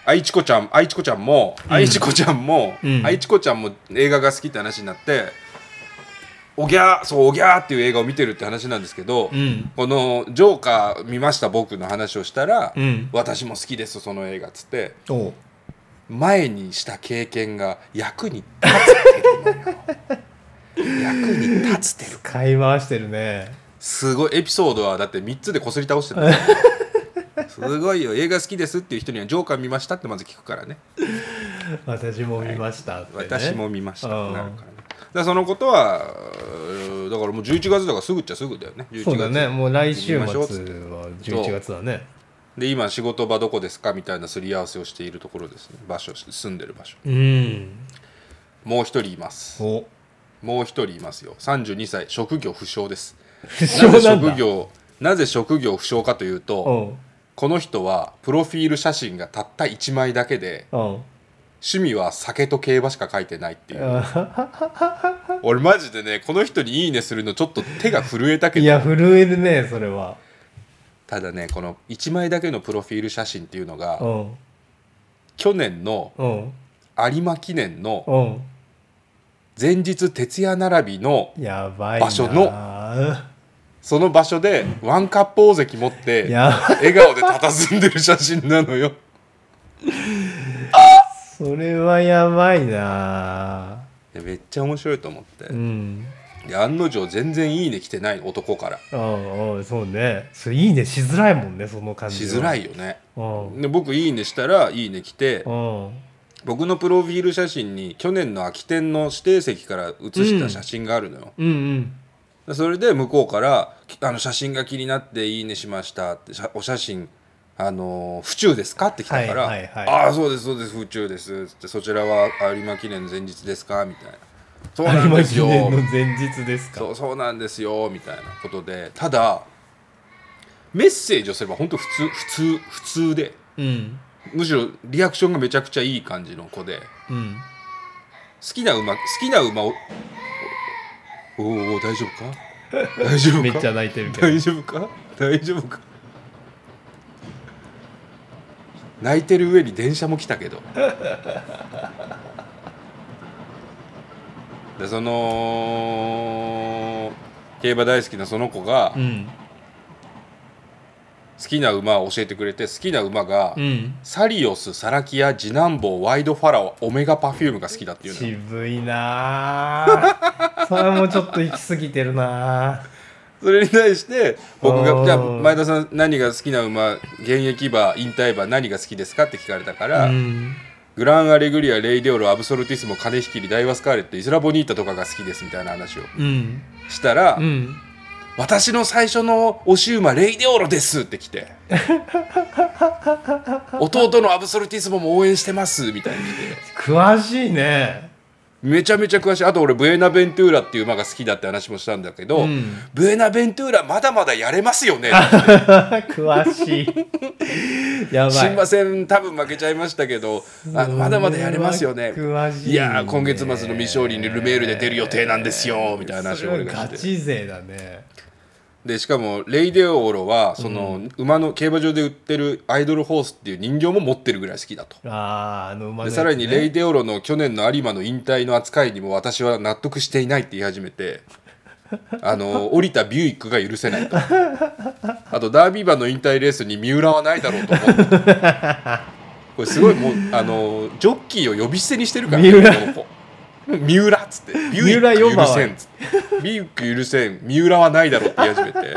Speaker 1: 愛知子ちゃん愛知子ちゃんも愛知子ちゃんも、
Speaker 2: うん
Speaker 1: 愛知子ちゃんも映画が好きって話になって「おぎゃーそうおぎゃー」っていう映画を見てるって話なんですけど、
Speaker 2: うん
Speaker 1: この「ジョーカー見ました僕」の話をしたら「
Speaker 2: うん
Speaker 1: 私も好きですその映画」っつって。
Speaker 2: おう
Speaker 1: 前にした経験が役に立つってるの よ役に立つってる
Speaker 2: 使い回してるね
Speaker 1: すごいエピソードはだって3つでこすり倒してる すごいよ映画好きですっていう人には「ジョーカー見ました」ってまず聞くからね
Speaker 2: 私も見ましたってね
Speaker 1: 私も見ました
Speaker 2: うん
Speaker 1: ってなるからねだからそのことはうんだからもう11月だからすぐっちゃすぐだよね11月
Speaker 2: そうだねもう来週末
Speaker 1: 見ましょうっつって
Speaker 2: は11月だね
Speaker 1: で今仕事場どこですかみたいなすり合わせをしているところですね場所住んでる場所
Speaker 2: うん
Speaker 1: もう一人います
Speaker 2: お
Speaker 1: もう一人いますよ32歳職業不詳です
Speaker 2: 不
Speaker 1: なぜ
Speaker 2: 詳なんだ
Speaker 1: 職業なぜ職業不詳かというと
Speaker 2: おう
Speaker 1: この人はプロフィール写真がたった1枚だけで
Speaker 2: おう
Speaker 1: 趣味は酒と競馬しか書いてないっていう
Speaker 2: あ
Speaker 1: 俺マジでねこの人に「いいね」するのちょっと手が震えたけ
Speaker 2: い
Speaker 1: ど
Speaker 2: や震えるねそれは
Speaker 1: ただねこの1枚だけのプロフィール写真っていうのが
Speaker 2: おう
Speaker 1: 去年の
Speaker 2: おう
Speaker 1: 有馬記念の
Speaker 2: おう
Speaker 1: 前日徹夜並びの
Speaker 2: やばいな
Speaker 1: 場所のその場所でワンカップ大関持って
Speaker 2: やば
Speaker 1: 笑顔で佇んでる写真なのよ
Speaker 2: それはやばいな
Speaker 1: でめっちゃ面白いと思って、
Speaker 2: うん
Speaker 1: で案の定全然いいね来てない男から
Speaker 2: ああああそうねそれいいねしづらいもんねその感じ
Speaker 1: しづら
Speaker 2: い
Speaker 1: いよね
Speaker 2: うん
Speaker 1: で僕いいねしたらいいね来て
Speaker 2: うん
Speaker 1: 僕のプロフィール写真に去年の空き店の指定席から写した写真があるのよ、
Speaker 2: うんうん
Speaker 1: でそれで向こうからき「あの写真が気になっていいねしました」って「お写真あのー府中ですか?」って来たから「
Speaker 2: はいはいはい
Speaker 1: ああそうですそうです府中です」つって「そちらは有馬記念の前日ですか?」みたいな「そうなん
Speaker 2: 有馬
Speaker 1: です
Speaker 2: 記
Speaker 1: よ」
Speaker 2: 念の前日ですか
Speaker 1: そうそうなんですよみたいなことでただメッセージをすれば本当普通普通普通で
Speaker 2: うん
Speaker 1: むしろリアクションがめちゃくちゃいい感じの子で
Speaker 2: うん
Speaker 1: 好きな馬好きな馬をおおお大丈夫か大丈夫か
Speaker 2: めっちゃ泣いてるけど
Speaker 1: 大丈夫か大丈夫か泣いてる上に電車も来たけどでその競馬大好きなその子が
Speaker 2: うん
Speaker 1: 好きな馬を教えてくれて好きな馬が、
Speaker 2: うん
Speaker 1: サリオスサラキア次男坊ワイドファラオオメガパフュームが好きだっていうのよ
Speaker 2: 渋いなあ それはもうちょっと行き過ぎてるなあ
Speaker 1: それに対して僕
Speaker 2: あ
Speaker 1: が「
Speaker 2: ー
Speaker 1: じゃあ前田さん何が好きな馬現役馬引退馬何が好きですか?」って聞かれたから、
Speaker 2: うん
Speaker 1: グランアレグリア、レイデオロ、アブソルティスモ、カネヒキリ、ダイワスカーレット、イスラボニータとかが好きですみたいな話を
Speaker 2: うん
Speaker 1: したら、
Speaker 2: うん
Speaker 1: 私の最初の押し馬、レイデオロですって来 て、弟のアブソルティスモも応援してますみたいに来て、
Speaker 2: 詳しいね
Speaker 1: めちゃめちゃ詳しい。あと俺、ブエナベントゥーラっていう馬が好きだって話もしたんだけど、
Speaker 2: うん
Speaker 1: ブエナベントゥーラまだまだやれますよね。
Speaker 2: 詳しい やばい
Speaker 1: 新馬戦多分負けちゃいましたけど、あのまだまだやれますよね。
Speaker 2: 詳しいね
Speaker 1: いやー今月末の未勝利にルメールで出る予定なんですよみたいな話を俺がして
Speaker 2: それはガチ勢だね
Speaker 1: でしかもレイデオーロはその、馬の競馬場で売ってるアイドルホースっていう人形も持ってるぐらい好きだと。
Speaker 2: あーあの馬の
Speaker 1: で
Speaker 2: やつね
Speaker 1: さらにレイデオーロの去年の有馬の引退の扱いにも私は納得していないって言い始めて あの降りたビューイックが許せないと あとダービー馬の引退レースに三浦はないだろうと思うこれすごいもうあのジョッキーを呼び捨てにしてるから、
Speaker 2: 三浦
Speaker 1: この子三浦っつってビューイ
Speaker 2: 三浦
Speaker 1: ッ
Speaker 2: 呼
Speaker 1: ク
Speaker 2: ば
Speaker 1: 許
Speaker 2: わ
Speaker 1: せんっつってビューイック許せん三浦はないだろうって言い始めて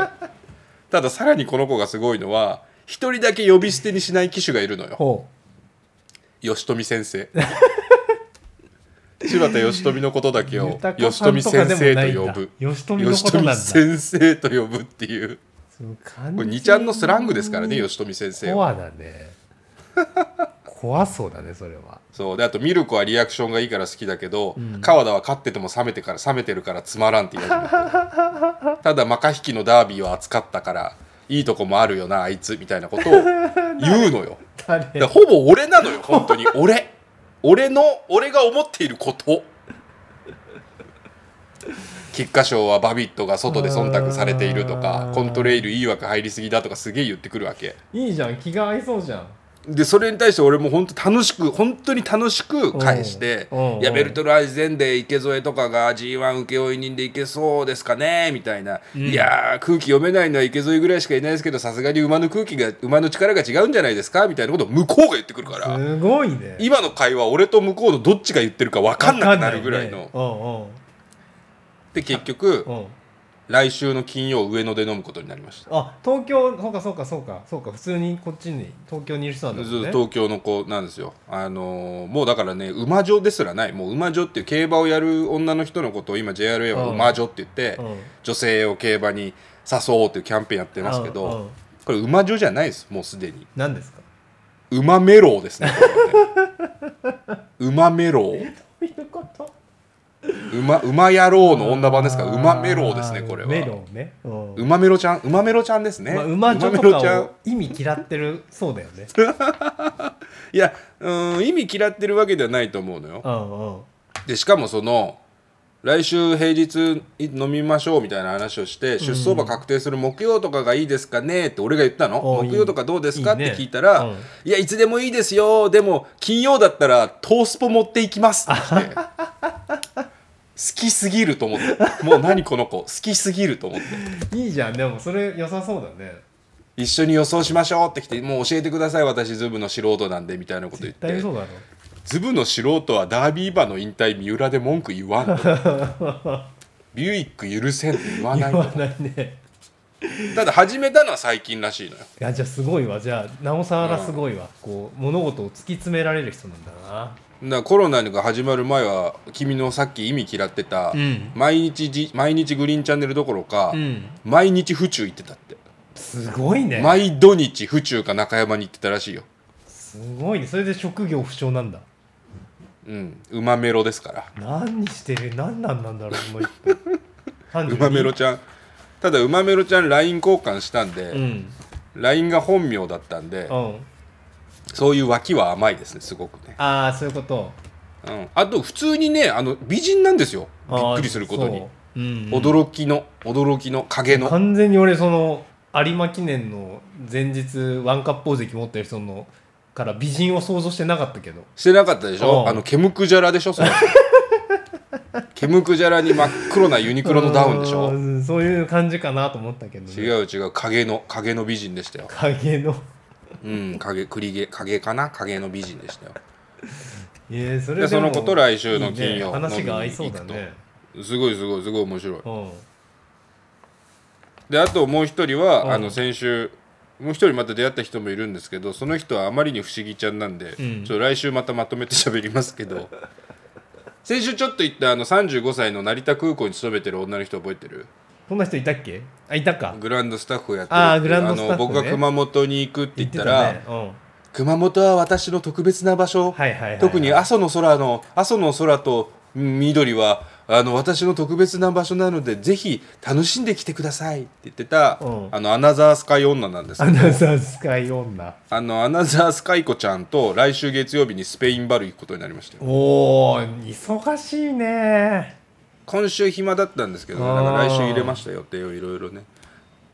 Speaker 1: たださらにこの子がすごいのは一人だけ呼び捨てにしない騎手がいるのよ
Speaker 2: ほ
Speaker 1: 吉富先生 柴田吉富のことだけ
Speaker 2: う
Speaker 1: を
Speaker 2: 豊
Speaker 1: 吉
Speaker 2: さん
Speaker 1: 富
Speaker 2: とか
Speaker 1: 先
Speaker 2: でも
Speaker 1: 生
Speaker 2: ないん
Speaker 1: と
Speaker 2: だ
Speaker 1: 呼ぶ
Speaker 2: 吉富の
Speaker 1: 吉
Speaker 2: ことなん
Speaker 1: 富
Speaker 2: だ
Speaker 1: 先生と呼ぶっていう
Speaker 2: そう完
Speaker 1: これ
Speaker 2: 全に
Speaker 1: 2ちゃんのスラングですからね吉富先生
Speaker 2: コ
Speaker 1: は
Speaker 2: アだね怖そうだねそれは
Speaker 1: そうであとミルコはリアクションがいいから好きだけど、川田は勝ってても冷めてから冷めてるからつまらんって言われ てるただマカヒキのダービーは熱かったからいいとこもあるよなあいつみたいなことを言うのよだから
Speaker 2: 誰
Speaker 1: ほぼ俺なのよ本 当に俺俺の俺が思っていること菊花賞はバビットが外で忖度されていると
Speaker 2: あ
Speaker 1: か
Speaker 2: ー
Speaker 1: コントレイルいい枠入りすぎだとかすげえ言ってくるわけ
Speaker 2: いいじゃん気が合いそうじゃん
Speaker 1: でそれに対して俺も本当楽しく本当に楽しく返して
Speaker 2: うんうんうん
Speaker 1: いやベルトルアイゼンで池添とかが G1 請負人でいけそうですかねみたいな、いやー空気読めないのは池添ぐらいしかいないですけどさすがに馬の空気が馬の力が違うんじゃないですかみたいなことを向こうが言ってくるから
Speaker 2: すごいね
Speaker 1: 今の会話俺と向こうのどっちが言ってるか分かんなくなるぐらいの
Speaker 2: わかん
Speaker 1: で結局
Speaker 2: ないねうんうんうん
Speaker 1: 来週の金曜上野で飲むことになりました
Speaker 2: あ東京そうかそうかそうかそうか普通にこっちに東京にいる人なんだも
Speaker 1: ず
Speaker 2: ん
Speaker 1: っ
Speaker 2: ね
Speaker 1: と東京の子なんですよ、あのーもうだからね馬女ですらないもう馬女っていう競馬をやる女の人のことを今 JRA は
Speaker 2: うん
Speaker 1: 馬女って言って、
Speaker 2: うん
Speaker 1: 女性を競馬に誘おうっていうキャンペーンやってますけど、
Speaker 2: うんうん
Speaker 1: これ馬女じゃないですもうすでに
Speaker 2: 何ですか
Speaker 1: 馬メロウですねこれは ね馬メロウ
Speaker 2: どういうこと
Speaker 1: 馬馬野郎の女版ですから馬メロウですねこれは
Speaker 2: メロウねうん
Speaker 1: 馬メロちゃん馬メロちゃんですね、
Speaker 2: まあ、馬女と
Speaker 1: メロちゃ
Speaker 2: か
Speaker 1: ん
Speaker 2: を意味嫌ってるそうだよね。
Speaker 1: いやうーん意味嫌ってるわけではないと思うのよ
Speaker 2: うんうん。
Speaker 1: でしかもその来週平日飲みましょうみたいな話をして、出走馬確定する木曜とかがいいですかねって俺が言ったの
Speaker 2: おいい
Speaker 1: 木曜とかどうですか
Speaker 2: いいね
Speaker 1: って聞いたら、
Speaker 2: うん
Speaker 1: いやいつでもいいですよでも金曜だったらトースポ持っていきますって来 て好きすぎると思ってもう何この子好きすぎると思って
Speaker 2: いいじゃん、でもそれ良さそうだね。
Speaker 1: 一緒に予想しましょうって来てもう教えてください私ズブの素人なんでみたいなこと言っ
Speaker 2: 絶対
Speaker 1: て
Speaker 2: そうだろ
Speaker 1: ズブの素人はダービー馬の引退三浦で文句言わんとビューイック許せんって言わない
Speaker 2: 言
Speaker 1: と
Speaker 2: わないね
Speaker 1: ただ始めたのは最近らしいのよ
Speaker 2: いやじゃあすごいわじゃあなおさらすごいわ、こう物事を突き詰められる人なんだな
Speaker 1: だからコロナが始まる前は君のさっき意味嫌ってた、
Speaker 2: ん
Speaker 1: 毎日じ毎日グリーンチャンネルどころか、
Speaker 2: うん
Speaker 1: 毎日府中行ってたって、
Speaker 2: すごいね
Speaker 1: 毎土日府中か中山に行ってたらしいよ
Speaker 2: すごいねそれで職業不詳なんだ
Speaker 1: うん馬メロですから
Speaker 2: 何してる何なんなんだろうこの人32
Speaker 1: 馬メロちゃんただ馬メロちゃん LINE 交換したん
Speaker 2: う
Speaker 1: で、
Speaker 2: ん
Speaker 1: LINE が本名だったんで
Speaker 2: うん
Speaker 1: そういう脇は甘いですねすごくね、
Speaker 2: ああそういうこと
Speaker 1: うん、あと普通にねあの美人なんですよびっくりすることに
Speaker 2: あーそううんうん
Speaker 1: 驚きの驚きの影の
Speaker 2: 完全に俺その有馬記念の前日ワンカップ大関持ってる人のから美人を想像してなかったけど
Speaker 1: してなかったでしょ
Speaker 2: うん
Speaker 1: あのケムクジャラでしょ それケムクジャラに真っ黒なユニクロのダウンでし
Speaker 2: う
Speaker 1: ょ
Speaker 2: んそういう感じかなと思ったけど、ね、
Speaker 1: 違う違う影の影の美人でしたよ
Speaker 2: 影の
Speaker 1: うん影栗毛影かな影の美人でしたよ
Speaker 2: いやそれ
Speaker 1: で
Speaker 2: で
Speaker 1: そ
Speaker 2: も
Speaker 1: のこと来週の金曜
Speaker 2: いいね話が合いそうだ
Speaker 1: 飲みに
Speaker 2: ね
Speaker 1: すごいすごいすごい面白い
Speaker 2: うん
Speaker 1: であともう一人
Speaker 2: うん
Speaker 1: はあの先週もう一人また出会った人もいるんですけどその人はあまりに不思議ちゃんなんで、
Speaker 2: うん
Speaker 1: ちょっと来週またまとめて喋りますけ ど先週ちょっと言ったあの35歳の成田空港に勤めてる女の人覚えてる
Speaker 2: そんな人いたっけあいたか
Speaker 1: グランドスタッフをやってる
Speaker 2: あーグランドスタッフね
Speaker 1: あの僕が熊本に行くって言ったら
Speaker 2: ねうん
Speaker 1: 熊本は私の特別な場所、
Speaker 2: はいはいはいはい
Speaker 1: 特に阿蘇の空の阿蘇の空とうん緑はあの私の特別な場所なのでぜひ楽しんできてくださいって言ってた、
Speaker 2: うん
Speaker 1: あのアナザースカイ女なんです
Speaker 2: ア
Speaker 1: けど
Speaker 2: ナザースカイ女
Speaker 1: あのアナザースカイ子ちゃんと来週月曜日にスペインバル行くことになりましたよ
Speaker 2: おお忙しいね
Speaker 1: 今週暇だったんですけど、ね、なんか
Speaker 2: あー
Speaker 1: 来週入れました予定をいろいろね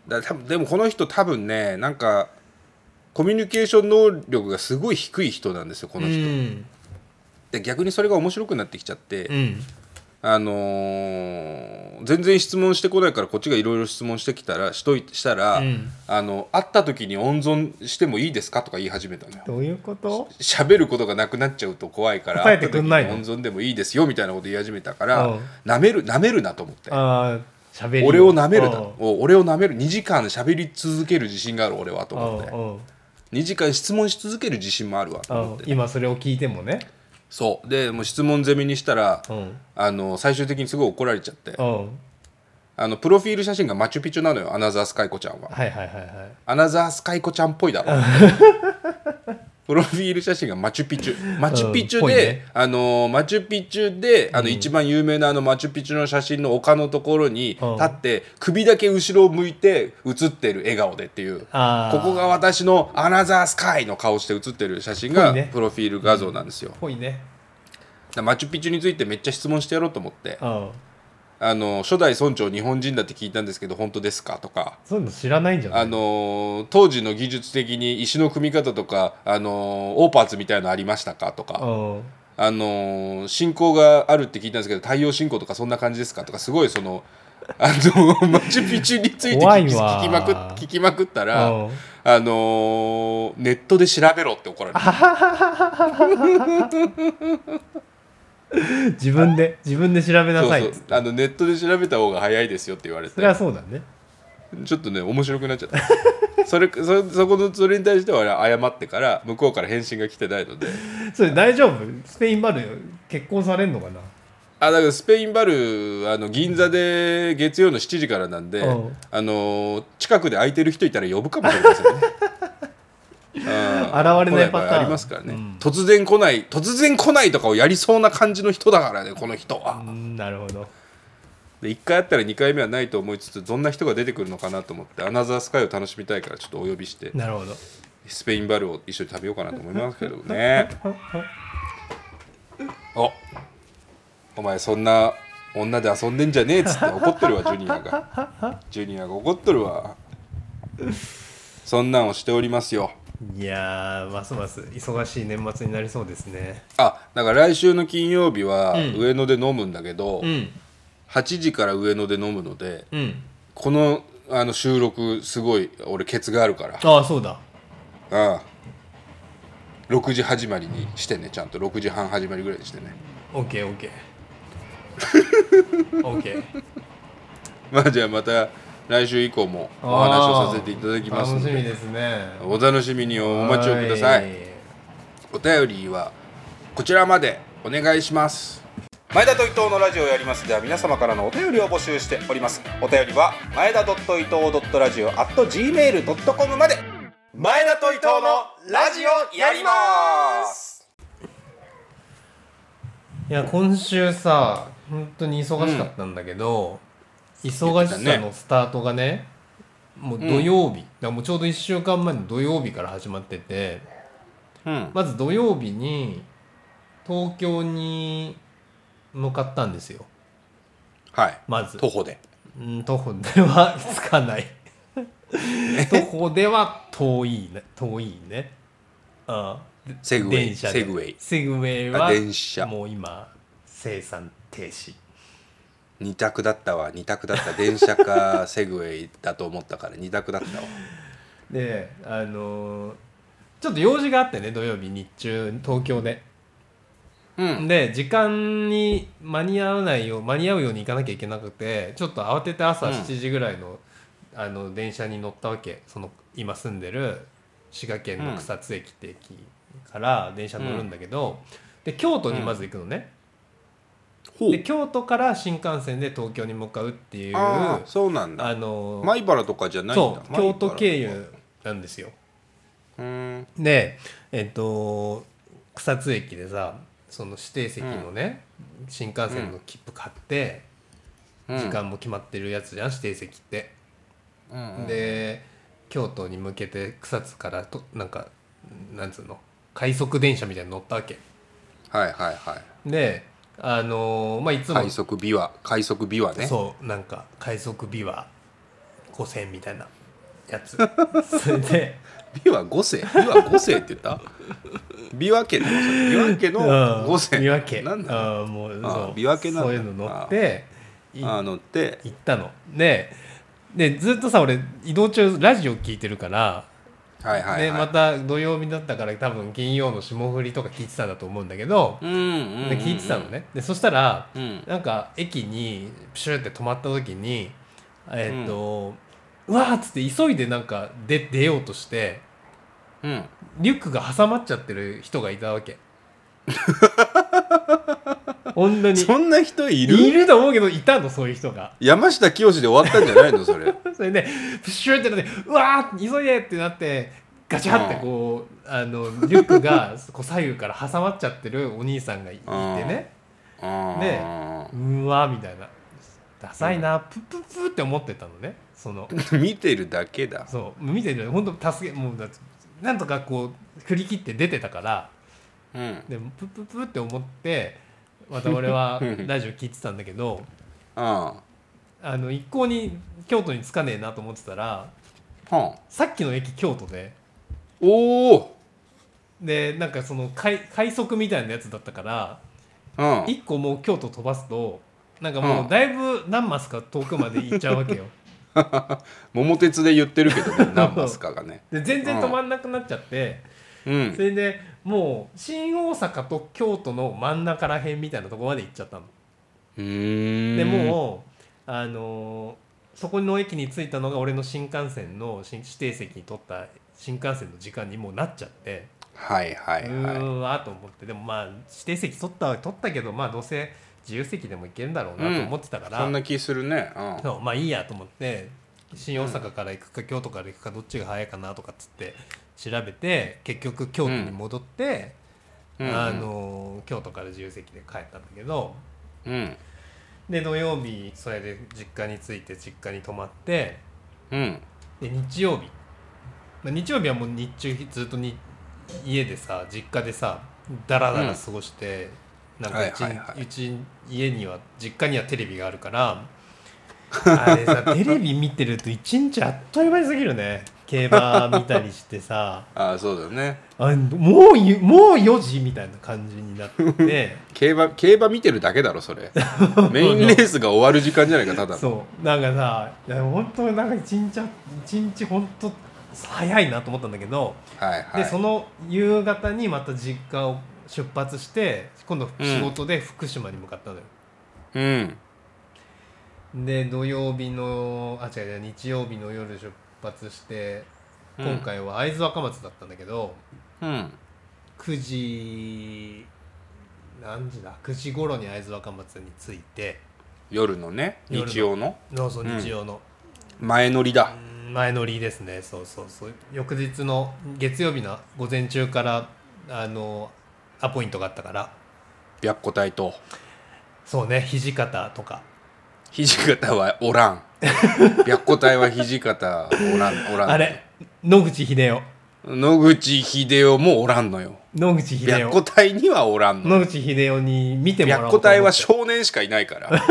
Speaker 1: だ多分でもこの人多分ねなんかコミュニケーション能力がすごい低い人なんですよこ
Speaker 2: う
Speaker 1: の人、
Speaker 2: ん
Speaker 1: で逆にそれが面白くなってきちゃって、
Speaker 2: うん
Speaker 1: あのー全然質問してこないからこっちがいろいろ質問してきたらしといしたら、
Speaker 2: うん
Speaker 1: あの会った時に温存してもいいですかとか言い始めたのよ
Speaker 2: どういうこと
Speaker 1: 喋ることがなくなっちゃうと怖いから
Speaker 2: 答えてくんないの
Speaker 1: 会った時に温存でもいいですよみたいなこと言い始めたから、
Speaker 2: うん
Speaker 1: なめるなめるなと思って
Speaker 2: ああ喋り
Speaker 1: 俺をなめるな
Speaker 2: うん
Speaker 1: お俺をなめる2時間喋り続ける自信がある俺はと思って
Speaker 2: うんうん
Speaker 1: 2時間質問し続ける自信もあるわと思
Speaker 2: あ
Speaker 1: って
Speaker 2: 今それを聞いてもね
Speaker 1: そうでもう質問攻めにしたら、
Speaker 2: うん
Speaker 1: あの最終的にすごい怒られちゃって
Speaker 2: うん
Speaker 1: あのプロフィール写真がマチュピチュなのよアナザースカイコちゃんは
Speaker 2: はいはいはいはい
Speaker 1: アナザースカイコちゃんっぽい だろプロフィール写真がマチュピチュマチュピチ
Speaker 2: うん
Speaker 1: ュ
Speaker 2: ぽい
Speaker 1: で、
Speaker 2: ね
Speaker 1: あのマチュピチュであの、一番有名なあのマチュピチュの写真の丘のところに立
Speaker 2: うん
Speaker 1: って、首だけ後ろを向いて写ってる笑顔でっていう
Speaker 2: あー
Speaker 1: ここが私のアナザースカイの顔して写ってる写真が
Speaker 2: ぽいね
Speaker 1: プロフィール画像なんですよ、
Speaker 2: ぽいね
Speaker 1: だからマチュピチュについてめっちゃ質問してやろうと思って
Speaker 2: うん
Speaker 1: あの初代村長日本人だって聞いたんですけど本当ですかとか
Speaker 2: そういうの知らないんじゃな
Speaker 1: あ
Speaker 2: い
Speaker 1: のー当時の技術的に石の組み方とか、あのーオーパーツみたいのありましたかと
Speaker 2: う
Speaker 1: か、
Speaker 2: ん
Speaker 1: あのー進行があるって聞いたんですけど太陽進行とかそんな感じですかとかすごいそのあの ーマチュピチュについて
Speaker 2: 怖
Speaker 1: 聞
Speaker 2: い
Speaker 1: き
Speaker 2: わ
Speaker 1: 聞きまくっ聞きまくったら、
Speaker 2: うん
Speaker 1: あのーネットで調べろって怒られた
Speaker 2: 自分で自分で調べな
Speaker 1: そう
Speaker 2: さい
Speaker 1: そう
Speaker 2: っつって
Speaker 1: あのネットで調べた方が早いですよって言われ
Speaker 2: それは
Speaker 1: て
Speaker 2: そうだね
Speaker 1: ちょっとね面白くなっちゃったそれそそこのそれに対しては俺謝ってから向こうから返信が来てないので。
Speaker 2: それ大丈夫スペインバル結婚されんのかな
Speaker 1: あだからスペインバルあの銀座で月曜の7時からなんで、
Speaker 2: うん
Speaker 1: あのー近くで空いてる人いたら呼ぶかもしれませんね。あー
Speaker 2: 現れないパター
Speaker 1: 来場合あり
Speaker 2: ン
Speaker 1: ますからね、
Speaker 2: うん
Speaker 1: 突然来ない突然来ないとかをやりそうな感じの人だからねこの人
Speaker 2: う
Speaker 1: は、
Speaker 2: んなるほど
Speaker 1: で1回あったら2回目はないと思いつつどんな人が出てくるのかなと思ってアナザースカイを楽しみたいからちょっとお呼びして
Speaker 2: なるほど
Speaker 1: スペインバルを一緒に食べようかなと思いますけどねおお前そんな女で遊んでんじゃねえっつって怒ってるわジュニアがジュニアが怒っとるわそんなんをしておりますよ
Speaker 2: いやーますます忙しい年末になりそうですね
Speaker 1: あだから来週の金曜日は
Speaker 2: うん
Speaker 1: 上野で飲むんだけど、
Speaker 2: ん
Speaker 1: 8時から上野で飲むので
Speaker 2: うん
Speaker 1: このあの収録すごい俺ケツがあるから
Speaker 2: ああそうだ
Speaker 1: ああ6時始まりにしてねちゃんと6時半始まりぐらいにしてね
Speaker 2: OKOK オッケー
Speaker 1: まあじゃあまた来週以降もお話をさせていただきますの
Speaker 2: 楽しみ
Speaker 1: で
Speaker 2: ですね
Speaker 1: お楽しみにお待ちをくださいお便りはこちらまでお願いします前田と伊藤のラジオをやりますでは皆様からのお便りを募集しておりますお便りは前田伊藤ラジオ at gmail.com まで前田と伊藤のラジオやります
Speaker 2: いや今週さ本当に忙しかったんだけど、忙しさのスタートがねもう土曜日、だからもうちょうど1週間前の土曜日から始まってて
Speaker 1: うん
Speaker 2: まず土曜日に東京に向かったんですよ
Speaker 1: はい
Speaker 2: まず
Speaker 1: 徒歩で
Speaker 2: うん徒歩では つかない徒歩では遠いね遠いねあ
Speaker 1: セグウェイ
Speaker 2: 電車で
Speaker 1: セグウェイ
Speaker 2: セグウェイ
Speaker 1: あ
Speaker 2: は
Speaker 1: 電車
Speaker 2: もう今生産停止
Speaker 1: 二択だったわ二択だった電車か セグウェイだと思ったから二択だったわ
Speaker 2: であのーちょっと用事があってね土曜日日中東京で
Speaker 1: うん
Speaker 2: で時間に間に合わないよう間に合うように行かなきゃいけなくてちょっと慌てて朝
Speaker 1: うん
Speaker 2: 7時ぐらいの,、あの電車に乗ったわけその今住んでる滋賀県の草津駅って駅から電車乗るんだけど、で京都にまず行くのね、
Speaker 1: ほ
Speaker 2: で京都から新幹線で東京に向かうっていう
Speaker 1: あ
Speaker 2: あ
Speaker 1: あそうなんだ
Speaker 2: のー
Speaker 1: 米原とかじゃないんだ
Speaker 2: そう
Speaker 1: 米原
Speaker 2: 京
Speaker 1: と
Speaker 2: 都
Speaker 1: か
Speaker 2: 経由なんですよ。
Speaker 1: うん
Speaker 2: でえっと草津駅でさその指定席のね、新幹線の切符買って、
Speaker 1: うん
Speaker 2: 時間も決まってるやつじゃん指定席って、
Speaker 1: うんうん
Speaker 2: で京都に向けて草津からとなんかなんつうの快速電車みたいに乗ったわけ
Speaker 1: はいはいはい
Speaker 2: であのーまあいつも、
Speaker 1: 快速琵琶快速琵琶ね
Speaker 2: そうなんか快速琵琶5000みたいな やつそれで
Speaker 1: 琵琶五世琵琶五世って言 った琵琶家の琵琶家の五世
Speaker 2: 見分け
Speaker 1: なんだ
Speaker 2: あーもう
Speaker 1: あー
Speaker 2: そう
Speaker 1: 見分けなんだ
Speaker 2: そういうの乗ってい
Speaker 1: あ
Speaker 2: 行
Speaker 1: のって
Speaker 2: ったのででずっとさ俺移動中ラジオ聞いてるから、
Speaker 1: はいはい
Speaker 2: でま
Speaker 1: はい
Speaker 2: た土曜日だったから多分金曜の霜降りとか聞いてたんだと思うんだけど、
Speaker 1: うんうんうん
Speaker 2: で聞いてたのねでそしたら
Speaker 1: うん
Speaker 2: なんか駅にプシュって止まった時にえーっと、うわーっつって急いでなんか出出ようとして
Speaker 1: うん
Speaker 2: リュックが挟まっちゃってる人がいた わけ本当に
Speaker 1: そんな人い
Speaker 2: い
Speaker 1: る
Speaker 2: ると思うけどいたのそういう人が
Speaker 1: 山下清で終わったんじゃないのそれ
Speaker 2: そ れでプシューってなってうわー急いでってなってガチャってこう、あのリュックがこう左右から挟まっちゃってるお兄さんがいてね
Speaker 1: あ
Speaker 2: うわーみたいなダサいな、プップップッって思ってたのねその
Speaker 1: ー 見てるだけだ
Speaker 2: そう見てる本当助けもうだってなんとかこう振り切って出てたから
Speaker 1: うん
Speaker 2: でプップップッって思ってまた俺はラジオ聞いてたんだけど
Speaker 1: あ
Speaker 2: あの一向に京都に着かねえなと思ってたら
Speaker 1: あはあ
Speaker 2: さっきの駅京都で
Speaker 1: おお
Speaker 2: でなんかその快快速みたいなやつだったから
Speaker 1: うん
Speaker 2: 1個もう京都飛ばすとなんかもうんうだいぶ何マスか遠くまで行っちゃうわけ よ
Speaker 1: 桃鉄で言ってるけどね何マスかがね
Speaker 2: で全然止まんなくなっちゃって、
Speaker 1: うん
Speaker 2: それ でもう新大阪と京都の真ん中らへんみたいなとこまで行っちゃったの。
Speaker 1: うーん
Speaker 2: でもうあのーそこの駅に着いたのが俺の新幹線の新指定席に取った新幹線の時間にもうなっちゃって。
Speaker 1: はいはいう
Speaker 2: ー
Speaker 1: は
Speaker 2: んわーと思ってでもまあ指定席取ったは取ったけどまあどうせ自由席でも行けるんだろうなと思ってたか
Speaker 1: い
Speaker 2: ら、
Speaker 1: そんな気するねうん
Speaker 2: そうまあいいやと思って新大阪から行くか京都から行くかどっちが早いかなとかっつって調べて結局京都に戻って、
Speaker 1: うん
Speaker 2: あのー京都から自由席で帰ったんだけど
Speaker 1: うん
Speaker 2: で土曜日それで実家に着いて実家に泊まって
Speaker 1: うん
Speaker 2: で日曜日、まあ、日曜日はもう日中ずっとに家でさ実家でさダラダラ過ごして、なんかうち,、
Speaker 1: はいはいはいう
Speaker 2: ち家には実家にはテレビ があるからあれさテレビ見てると一日あっという間に過ぎるね競馬見たりしてさ
Speaker 1: ああそうだね
Speaker 2: あもうゆもう4時みたいな感じになって て
Speaker 1: 競馬競馬見てるだけだろそ れメインレースが終わる時間じゃないかただの
Speaker 2: そうなんかさいや本当なんか一日あ一日本当早いなと思ったんだけど、
Speaker 1: はいはい
Speaker 2: でその夕方にまた実家を出発して今度仕事で福島に向かったのよ、
Speaker 1: うん
Speaker 2: で土曜日のあ違う違う日曜日の夜出発して
Speaker 1: うん
Speaker 2: 今回は会津若松だったんだけど、
Speaker 1: うん
Speaker 2: 9時何時だ9時頃に会津若松に着いて
Speaker 1: 夜のね
Speaker 2: 夜の
Speaker 1: 日曜の
Speaker 2: そうそう
Speaker 1: うん
Speaker 2: 日曜の、
Speaker 1: 前乗りだ
Speaker 2: うん前乗りですねそうそうそう翌日の月曜日の午前中からあのアポイントがあったから
Speaker 1: 白虎隊と
Speaker 2: そうね土方とか
Speaker 1: 土方はお らん白虎隊は土方おらんおらん
Speaker 2: あれ野口英世
Speaker 1: 野口英世もおらんのよ
Speaker 2: 野口英
Speaker 1: 白
Speaker 2: 世
Speaker 1: 虎隊にはおらんの
Speaker 2: 野口英世に見てもらおう
Speaker 1: 白
Speaker 2: と思
Speaker 1: 虎
Speaker 2: って
Speaker 1: 隊は少年しかいないから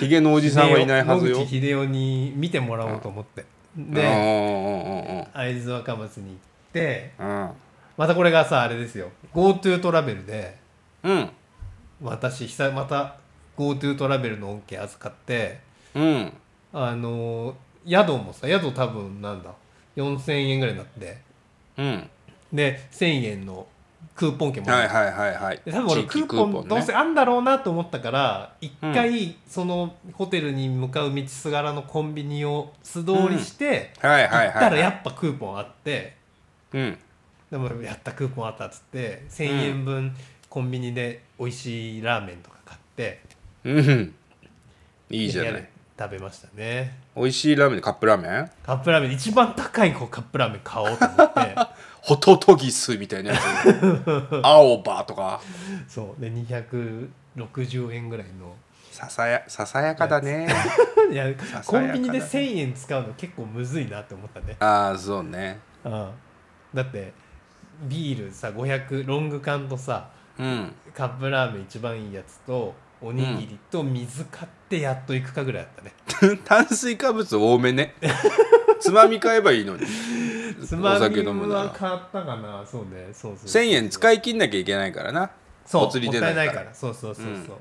Speaker 1: ヒゲのおじさんはいないはずよ
Speaker 2: 野口英世に見てもらおうと思って、
Speaker 1: うんうんう
Speaker 2: で
Speaker 1: ん
Speaker 2: 会津若松に行って
Speaker 1: うん
Speaker 2: またこれがさあれですよ GoTo トラベルで
Speaker 1: うん
Speaker 2: 私久々また GoTo トラベルの恩恵預かって
Speaker 1: うん
Speaker 2: あの宿もさ宿多分なんだ4000円ぐらいになって
Speaker 1: うん
Speaker 2: で1000円のクーポン券もら
Speaker 1: は
Speaker 2: っ
Speaker 1: い
Speaker 2: て
Speaker 1: はいはいはい
Speaker 2: で多分俺ク
Speaker 1: 地
Speaker 2: ー
Speaker 1: 域
Speaker 2: ポンどう
Speaker 1: ね
Speaker 2: せあんだろうなと思ったから一回そのホテルに向かう道すがらのコンビニを素通りして
Speaker 1: はいは
Speaker 2: 行
Speaker 1: いはい
Speaker 2: ったらやっぱクーポンあって
Speaker 1: うん
Speaker 2: でもやったクーポンあったっつって1,000円分コンビニで美味しいラーメンとか買って
Speaker 1: うんいいじゃな
Speaker 2: 部屋
Speaker 1: い
Speaker 2: で食べましたね
Speaker 1: 美味しいラーメンカップラーメン
Speaker 2: カップラーメン一番高いこうカップラーメン買おうと思って
Speaker 1: ホトトギスみたいなやつ 青葉とか
Speaker 2: そうで260円ぐらいの
Speaker 1: ささやささやかだね
Speaker 2: い や
Speaker 1: さ
Speaker 2: コ
Speaker 1: さやかだ
Speaker 2: ンビニで1,000円使うの結構むずいなって思ったね
Speaker 1: ああそうね
Speaker 2: うんだってビールさ500ロング缶とさ
Speaker 1: うん
Speaker 2: カップラーメン一番いいやつとおにぎりと水買ってやっと行くかぐらいだっ たね、
Speaker 1: 炭水化物多めね つまみ買えばいいのに
Speaker 2: つま
Speaker 1: お酒
Speaker 2: み
Speaker 1: 飲むな
Speaker 2: は
Speaker 1: ら
Speaker 2: 買ったかなそうねそうそう
Speaker 1: 1000円
Speaker 2: い
Speaker 1: 使い切んなきゃいけないからな
Speaker 2: そう
Speaker 1: お釣り
Speaker 2: もっ
Speaker 1: 出
Speaker 2: た
Speaker 1: ないい
Speaker 2: な
Speaker 1: から
Speaker 2: いからそうそうそうそう、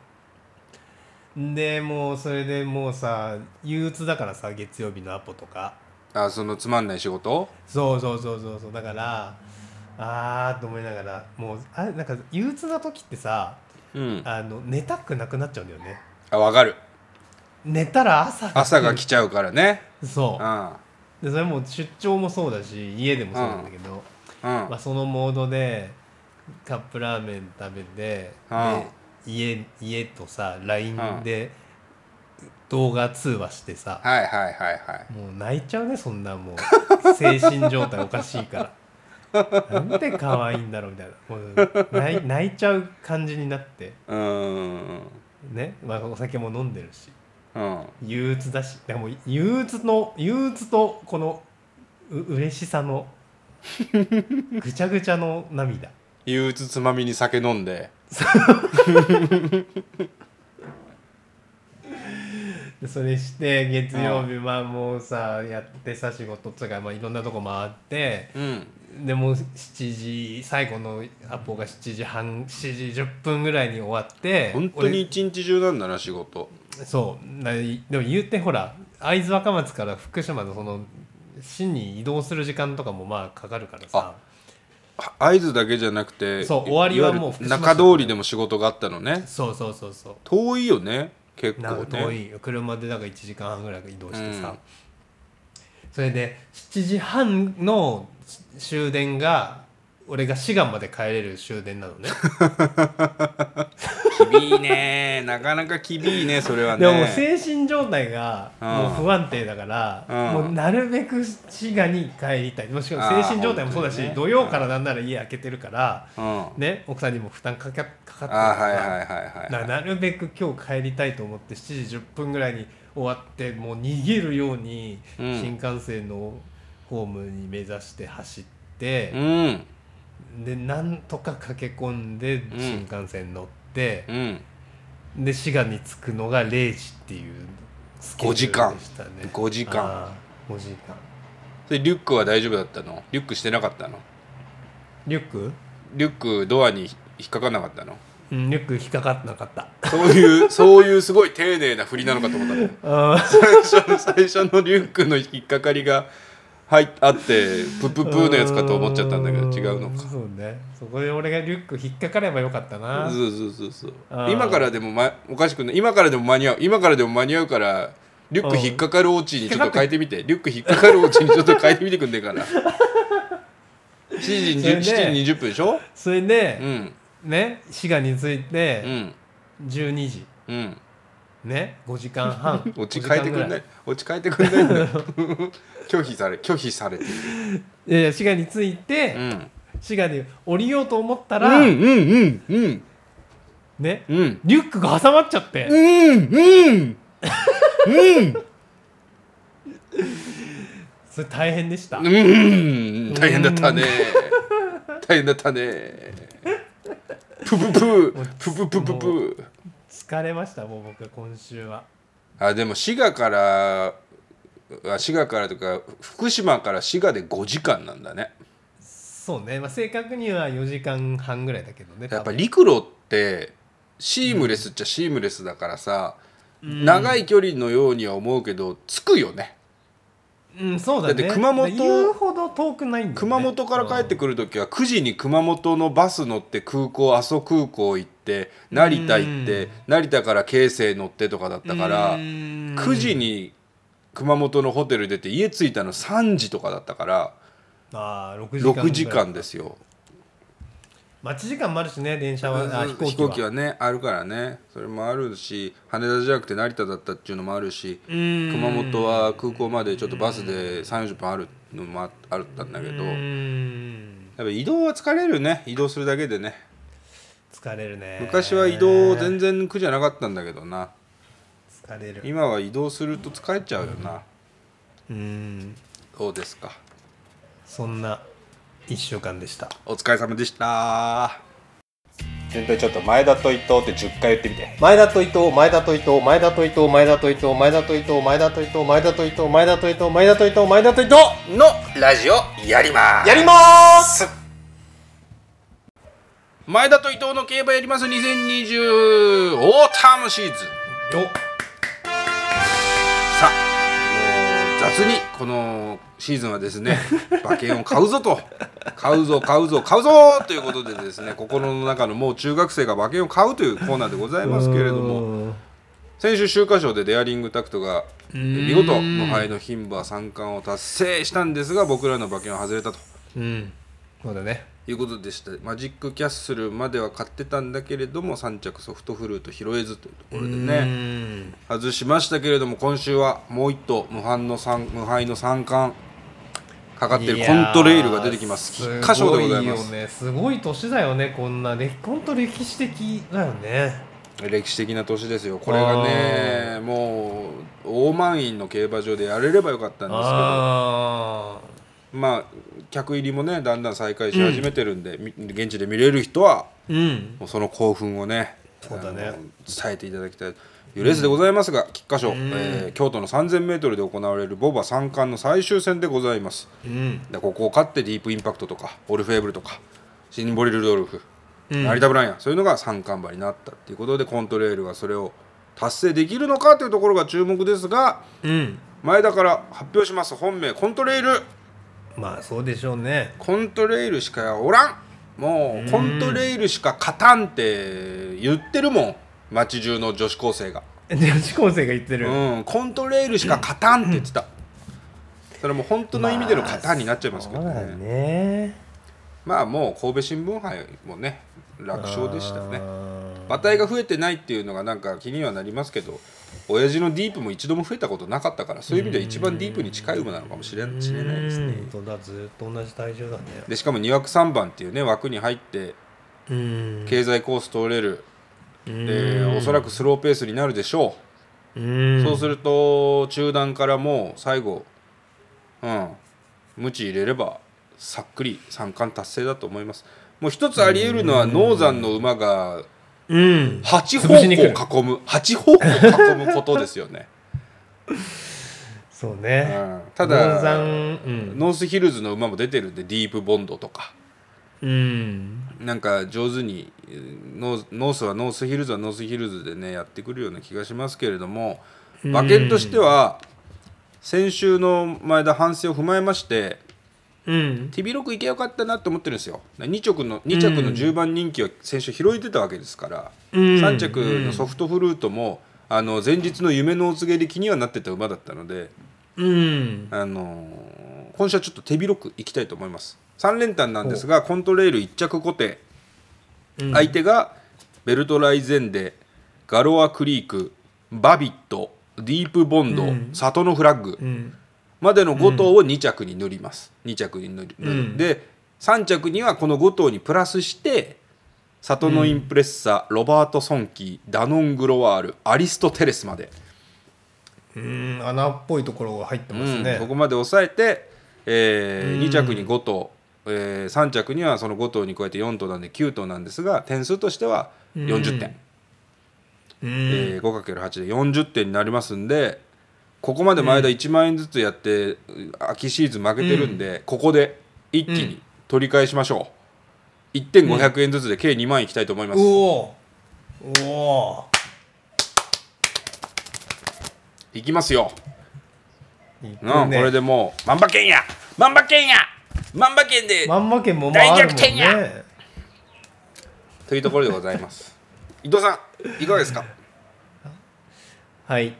Speaker 2: でもうそれでもうさ憂鬱だからさ月曜日のアポとか
Speaker 1: あそのつまんない仕事
Speaker 2: そうそうそうそうそうだからあーと思いながらもうあれなんか憂鬱な時ってさ
Speaker 1: うん
Speaker 2: あの寝たくなくなっちゃうんだよね
Speaker 1: あわかる
Speaker 2: 寝たら朝が
Speaker 1: 朝が来ちゃうからね
Speaker 2: そ
Speaker 1: うん
Speaker 2: うでそれも出張もそうだし家でもそうなんだけど、
Speaker 1: うん
Speaker 2: まあ、そのモードでカップラーメン食べて、
Speaker 1: うん
Speaker 2: で家家とさ LINE で動画通話してさ、
Speaker 1: はいはいはいはい
Speaker 2: もう泣いちゃうねそんなもう精神状態おかしい からなんで可愛いんだろうみたいなもう泣い泣いちゃう感じになって
Speaker 1: うーん
Speaker 2: ね、まあ、お酒も飲んでるし
Speaker 1: うん
Speaker 2: 憂鬱だしでもう憂鬱の憂鬱とこのう嬉しさ のぐちゃぐちゃの涙
Speaker 1: 憂鬱つまみに酒飲んで
Speaker 2: でそれして月曜日まあもうさやってさ仕事とか、まあ、いろんなとこ回って
Speaker 1: うん
Speaker 2: でもう7時最後のアポが7時半7時10分ぐらいに終わって
Speaker 1: 本当に一日中なんだな仕事
Speaker 2: 俺そうなでも言うてほら会津若松から福島のその市に移動する時間とかもまあかかるからさ
Speaker 1: 会津だけじゃなくて
Speaker 2: そう
Speaker 1: い
Speaker 2: 終わりはもう
Speaker 1: いわゆる
Speaker 2: 福島市
Speaker 1: 中通りでも仕事があったのね
Speaker 2: そうそうそうそう
Speaker 1: 遠いよね結
Speaker 2: な
Speaker 1: 構
Speaker 2: ん
Speaker 1: ね
Speaker 2: か遠いよ車でだから1時間半ぐらい移動してさ、
Speaker 1: うん
Speaker 2: それで7時半の終電が俺が志願まで帰れる終電なのね
Speaker 1: 厳いねなかなか厳いねそれはね
Speaker 2: でももう精神状態が
Speaker 1: うん
Speaker 2: もう不安定だから、
Speaker 1: うん
Speaker 2: もうなるべく志願に帰りたいもしくは精神状態もそうだし、
Speaker 1: あー本当
Speaker 2: 土
Speaker 1: にね
Speaker 2: 曜からなんなら家開けてるから、
Speaker 1: うん
Speaker 2: ね奥さんにも負担かかかかってるか
Speaker 1: あはい
Speaker 2: ら
Speaker 1: はいはい
Speaker 2: な
Speaker 1: はい
Speaker 2: なるべく今日帰りたいと思って7時10分ぐらいに終わってもう逃げるように
Speaker 1: うん
Speaker 2: 新幹線のホームに目指して走って
Speaker 1: う、ん
Speaker 2: でなんとか駆け込んで
Speaker 1: ん
Speaker 2: 新幹線乗って
Speaker 1: う、ん
Speaker 2: で滋賀に着くのが0時っていうスケジュールでしたね
Speaker 1: 5時間
Speaker 2: あー5時間
Speaker 1: でリュックは大丈夫だったのリュックしてなかったの
Speaker 2: リュック
Speaker 1: リュックドアに引っかかんなかったの
Speaker 2: うんリュック引っかかってなかった
Speaker 1: そういうそういうすごい丁寧な振りなのかと思ったの
Speaker 2: あー
Speaker 1: 最初の最初のリュックの引っかかりが入っあってプププーのやつかと思っちゃったんだけど違うのか
Speaker 2: そうねそこで俺がリュック引っかかればよかったな
Speaker 1: そうそうそうそう
Speaker 2: あー
Speaker 1: 今からでも、ま、おかしくない今からでも間に合う今からでも間に合うからリュック引っかかるオチにちょっと変えてみてリュック引っかかるオチにちょっと変えてみてくんねえから 7時
Speaker 2: それ
Speaker 1: 7
Speaker 2: ね
Speaker 1: 時20分でしょ
Speaker 2: それで
Speaker 1: う、ん
Speaker 2: ね滋賀に着いうて
Speaker 1: ん
Speaker 2: 12時
Speaker 1: うん
Speaker 2: ね5時間 半
Speaker 1: オチ
Speaker 2: 5
Speaker 1: 変えてくん
Speaker 2: 時間ぐ
Speaker 1: な
Speaker 2: ら
Speaker 1: いオチ変えてくんないんだよ 拒否され拒否されてる
Speaker 2: いやいや滋賀に着いうて
Speaker 1: ん
Speaker 2: 滋賀に降りようと思った
Speaker 1: う
Speaker 2: ら、
Speaker 1: んうんうんうん
Speaker 2: ね
Speaker 1: うん
Speaker 2: リュックが挟まっちゃって、
Speaker 1: うんうんうん
Speaker 2: それ大変でした、
Speaker 1: うーん大変だったね大変だったねプププープププププー
Speaker 2: 疲れましたもう僕は今週は
Speaker 1: あでも滋賀からあ滋賀からとか福島から滋賀で5時間なんだね
Speaker 2: そうね、まあ、正確には4時間半ぐらいだけどね
Speaker 1: やっぱ
Speaker 2: り
Speaker 1: 陸路ってシームレスっちゃシームレスだからさ、長い距離のようには思うけど着くよね
Speaker 2: うんそうだね
Speaker 1: だって熊本
Speaker 2: 言うほど遠くないんだよ、ね、
Speaker 1: 熊本から帰ってくる時は9時に熊本のバス乗って空港阿蘇空港行って成田行って
Speaker 2: うん
Speaker 1: 成田から京成乗ってとかだったから9
Speaker 2: 9
Speaker 1: 時に熊本のホテル出て家着いたの3時とかだったから
Speaker 2: あー6時間ぐらい
Speaker 1: 6時間ですよ
Speaker 2: 待ち時間もあるしね電車は、あ
Speaker 1: うん
Speaker 2: 飛行機は
Speaker 1: 飛行機はねあるからねそれもあるし羽田じゃなくて成田だったっていうのもあるし
Speaker 2: うん
Speaker 1: 熊本は空港までちょっとバスで3 4 0分あるのもああったんだけど
Speaker 2: う
Speaker 1: やっ
Speaker 2: ん
Speaker 1: ぱ移動は疲れるね移動するだけでね
Speaker 2: 疲れるね
Speaker 1: 昔は移動全然苦じゃなかったんだけどな
Speaker 2: 疲れる
Speaker 1: 今は移動すると疲れちゃうよな
Speaker 2: うん
Speaker 1: そうですか
Speaker 2: そんな1週間でした
Speaker 1: お疲れ様でした全体ちょっと前田と伊藤って10回言ってみて
Speaker 2: 前田と伊藤前田と伊藤前田と伊藤前田と伊藤前田と伊藤前田と伊藤前田と伊藤前田と伊藤前田と伊藤前田と伊藤
Speaker 1: のラジオやります
Speaker 2: やります
Speaker 1: 前田と伊藤の競馬やります2020オータムシーズン
Speaker 2: よ
Speaker 1: さあもう雑にこのシーズンはです ね馬券を買うぞと買うぞ買うぞ買うぞということでですね心の中のもう中学生が馬券を買うというコーナーでございますけれども
Speaker 2: も
Speaker 1: 先週週刊賞でデアリングタクトが見事無敗の牝馬三冠を達成したんですが僕らの馬券は外れたと
Speaker 2: うんそうだね
Speaker 1: いうことでしたマジックキャッスルまでは買ってたんだけれども3着ソフトフルート拾えずというところでね
Speaker 2: ね
Speaker 1: 外しましたけれども今週はもう一頭無敗の三無敗の三冠かかってるコントレイルが出てきます
Speaker 2: いやー
Speaker 1: 菊花賞でございます
Speaker 2: ごよねすごい年だよねこんなね本当歴史的だよね
Speaker 1: 歴史的な年ですよこれがねもう大満員の競馬場でやれればよかったんですけど
Speaker 2: ああ
Speaker 1: まあ客入りもねだんだん再開し始めてるんで、み現地で見れる人は
Speaker 2: うん
Speaker 1: もうその興奮をね
Speaker 2: そうだね
Speaker 1: あの伝えていただきたいというレースでございますが、菊花賞、えー京都の 3000m で行われるボバ三冠の最終戦でございます
Speaker 2: うん
Speaker 1: でここを勝ってディープインパクトとかオルフェーブルとかシンボリルドルフ、
Speaker 2: うん
Speaker 1: 成田ブライアンそういうのが三冠馬になったっていうことでコントレールがそれを達成できるのかというところが注目ですが
Speaker 2: うん
Speaker 1: 前田から発表します本命コントレール
Speaker 2: まあそうでしょうね
Speaker 1: コントレイルしかおらんもうコントレイルしか勝たんって言ってるもん街中の女子高生が、
Speaker 2: 女子高生が言ってる、
Speaker 1: うん、コントレイルしか勝たんって言ってたそれも本当の意味での勝たんになっちゃいますけどね,、
Speaker 2: まあ
Speaker 1: ま
Speaker 2: そう
Speaker 1: あ、
Speaker 2: だね
Speaker 1: もう神戸新聞杯もね楽勝でしたね
Speaker 2: あ
Speaker 1: 馬体が増えてないっていうのがなんか気にはなりますけど親父のディープも一度も増えたことなかったからそういう意味では一番ディープに近い馬なのかもしれ
Speaker 2: ー
Speaker 1: しれないですね
Speaker 2: うん本当だずっと同じ体重だね
Speaker 1: でしかも2枠3番っていうね枠に入って
Speaker 2: うん
Speaker 1: 経済コース通れる
Speaker 2: うん
Speaker 1: でおそらくスローペースになるでしょう、
Speaker 2: うん
Speaker 1: そうすると中段からもう最後うん無知入れればさっくり三冠達成だと思いますもう一つあり得るのはノ山の馬が
Speaker 2: うん
Speaker 1: 8
Speaker 2: 潰しに来る
Speaker 1: 方向を囲む8方向を囲むことですよね
Speaker 2: そうね。
Speaker 1: うんた
Speaker 2: 分
Speaker 1: だ、
Speaker 2: 散うん。
Speaker 1: ノースヒルズの馬も出てるんでディープボンドとか
Speaker 2: うん。
Speaker 1: なんか上手にえーノーノースはノースヒルズはノースヒルズでねやってくるような気がしますけれども馬券としては先週の前田反省を踏まえまして
Speaker 2: うん。
Speaker 1: 手広くいけばよかったなと思ってるんですよ2着の二着の10番人気は先週拾えてたわけですから、
Speaker 2: うん
Speaker 1: 3着のソフトフルートもあの前日の夢のお告げで気にはなってた馬だったので、
Speaker 2: うん。
Speaker 1: あのー今週はちょっと手広くいきたいと思います3連単なんですがコントレール1着固定、
Speaker 2: うん
Speaker 1: 相手がベルトライゼンデガロアクリークバビットディープボンド、
Speaker 2: うん
Speaker 1: 里のフラッグ、
Speaker 2: うん。
Speaker 1: までの5頭を2着に塗ります、2着に塗る、
Speaker 2: うん
Speaker 1: で3着にはこの5頭にプラスして里のインプレッサ、ロバート・ソンキーダノン・グロワールアリスト・テレスまで、
Speaker 2: うん。穴っぽいところが入って
Speaker 1: う
Speaker 2: ます
Speaker 1: ん
Speaker 2: ね
Speaker 1: こ。こまで抑えて、え
Speaker 2: うん
Speaker 1: 2着に5頭、え3着にはその5頭に加えて4頭なんで9頭なんですが点数としては40点、
Speaker 2: うん。
Speaker 1: えー 5×8 で40点になりますんでここまで前田1万円ずつやって、秋シーズン負けてるんで、ここで一気に取り返しましょう1点500円ずつで計2万いきたいと思います、
Speaker 2: うおーうおー
Speaker 1: いきますよ、
Speaker 2: 行く
Speaker 1: う
Speaker 2: ね
Speaker 1: んこれでもう万馬券や万馬券や万馬券で、
Speaker 2: 万馬券もまああるもん
Speaker 1: 大逆転
Speaker 2: ね
Speaker 1: というところでございます伊藤さんいかがですか
Speaker 2: はい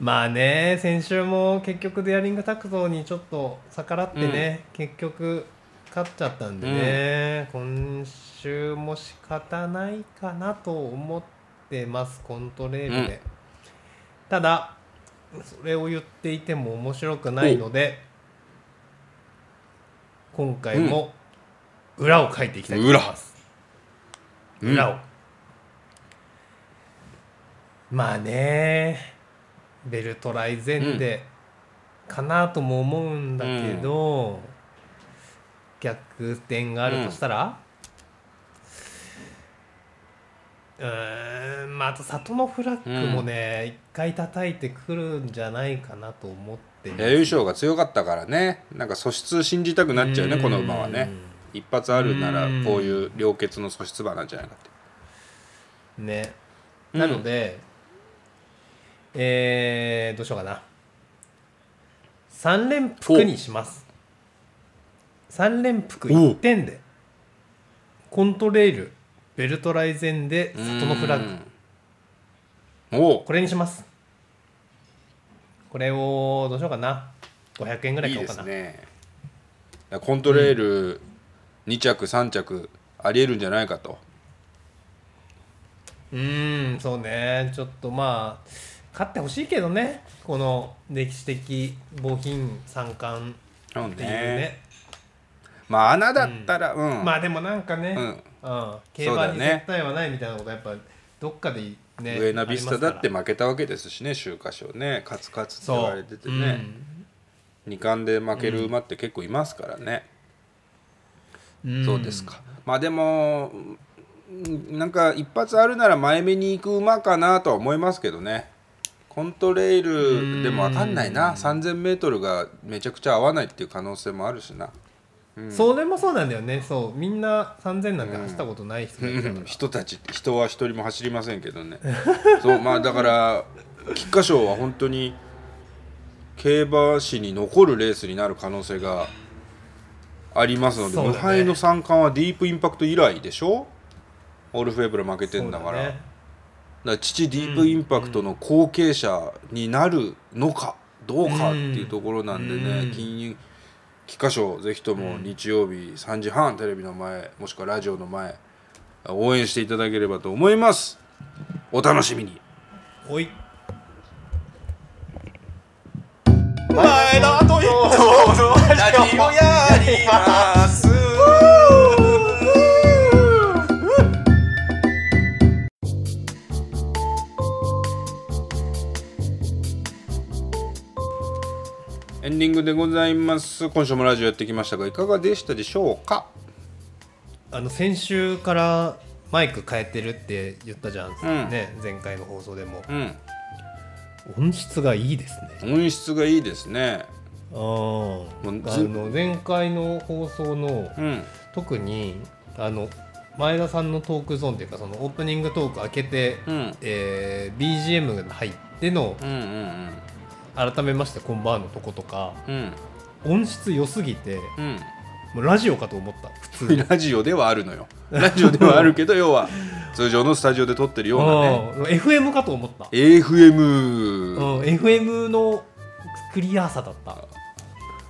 Speaker 2: まあね先週も結局デアリングタクトにちょっと逆らってね、結局勝っちゃったんでね、今週も仕方ないかなと思ってますコントレールで、
Speaker 1: うん
Speaker 2: ただそれを言っていても面白くないので今回も裏を書いていきたいと思います、
Speaker 1: うん
Speaker 2: 裏を、まあねベルトライゼンデかなとも思うんだけど、逆転があるとしたらうーんまああと里のフラッグもね一、回叩いてくるんじゃないかなと思ってます
Speaker 1: いや優勝が強かったからねなんか素質信じたくなっちゃうねこの馬はね一発あるならこういう良血の素質馬なんじゃないかって
Speaker 2: ね
Speaker 1: うん
Speaker 2: なので、えー、どうしようかな3連複にします3連複1点でコントレイルベルトライゼンで里のフラッグ
Speaker 1: うんおう
Speaker 2: これにしますこれをどうしようかな500円ぐらい買おうかない
Speaker 1: いですねいやコントレール2着3着ありえるんじゃないかと
Speaker 2: うーんそうねちょっとまあ勝ってほしいけどねこの歴史的冒品三冠
Speaker 1: そうね
Speaker 2: っていうね
Speaker 1: まあ穴だったらうん、
Speaker 2: まあでもなんかね、
Speaker 1: う
Speaker 2: うんん競
Speaker 1: そうだ
Speaker 2: 馬
Speaker 1: よ
Speaker 2: に
Speaker 1: ね
Speaker 2: 絶対はないみたいなことはやっぱどっかでね
Speaker 1: ウエナビスタだって
Speaker 2: あり
Speaker 1: 負けたわけですしね週刊賞ねカツカツって
Speaker 2: ますか
Speaker 1: 言
Speaker 2: ら
Speaker 1: われててね、2冠で負ける馬って結構いますからね、
Speaker 2: そう,ん、
Speaker 1: そうですかまあでもうんなんか一発あるなら前目に行く馬かなとは思いますけどねコントレイルでも分かんないな 3000m がめちゃくちゃ合わないっていう可能性もあるしな
Speaker 2: うんそれもそうなんだよねそうみんな3000なんて走ったことない人だから、
Speaker 1: うん人たち人は一人も走りませんけどね そうまあだから菊花賞は本当に競馬史に残るレースになる可能性がありますので、
Speaker 2: そうだ
Speaker 1: 無
Speaker 2: ね
Speaker 1: 敗の三冠はディープインパクト以来でしょオールフェーブル負けてんだから
Speaker 2: そう
Speaker 1: だ,、
Speaker 2: ね
Speaker 1: から父ディープインパクトの後継者になるのかどうかっていうところなんでね、
Speaker 2: うん
Speaker 1: 金融菊花賞ぜひとも日曜日3時半テレビの前もしくはラジオの前応援していただければと思いますお楽しみに
Speaker 2: おい
Speaker 1: 前田と伊藤のラジオやりますエンディングでございます今週もラジオやってきましたがいかがでしたでしょうか
Speaker 2: あの先週からマイク変えてるって言ったじゃん、
Speaker 1: ん
Speaker 2: ね前回の放送でも、
Speaker 1: うん
Speaker 2: 音質がいいですね。
Speaker 1: 音質がいいですね
Speaker 2: あー
Speaker 1: もう
Speaker 2: あ
Speaker 1: ず
Speaker 2: の前回の放送の
Speaker 1: うん
Speaker 2: 特にあの前田さんのトークゾーンというかそのオープニングトーク開けて、
Speaker 1: うん
Speaker 2: えー BGM が入っての
Speaker 1: うんうん
Speaker 2: 改めましてこんばんはのとことか
Speaker 1: うん
Speaker 2: 音質良すぎて
Speaker 1: うん
Speaker 2: もうラジオかと思った普
Speaker 1: う
Speaker 2: 通
Speaker 1: ん
Speaker 2: に。
Speaker 1: ラジオではあるのよラジオではあるけど要は通常のスタジオで撮ってるようなね
Speaker 2: うん FM かと思った、う
Speaker 1: AFM
Speaker 2: ん、FM のクリアさだった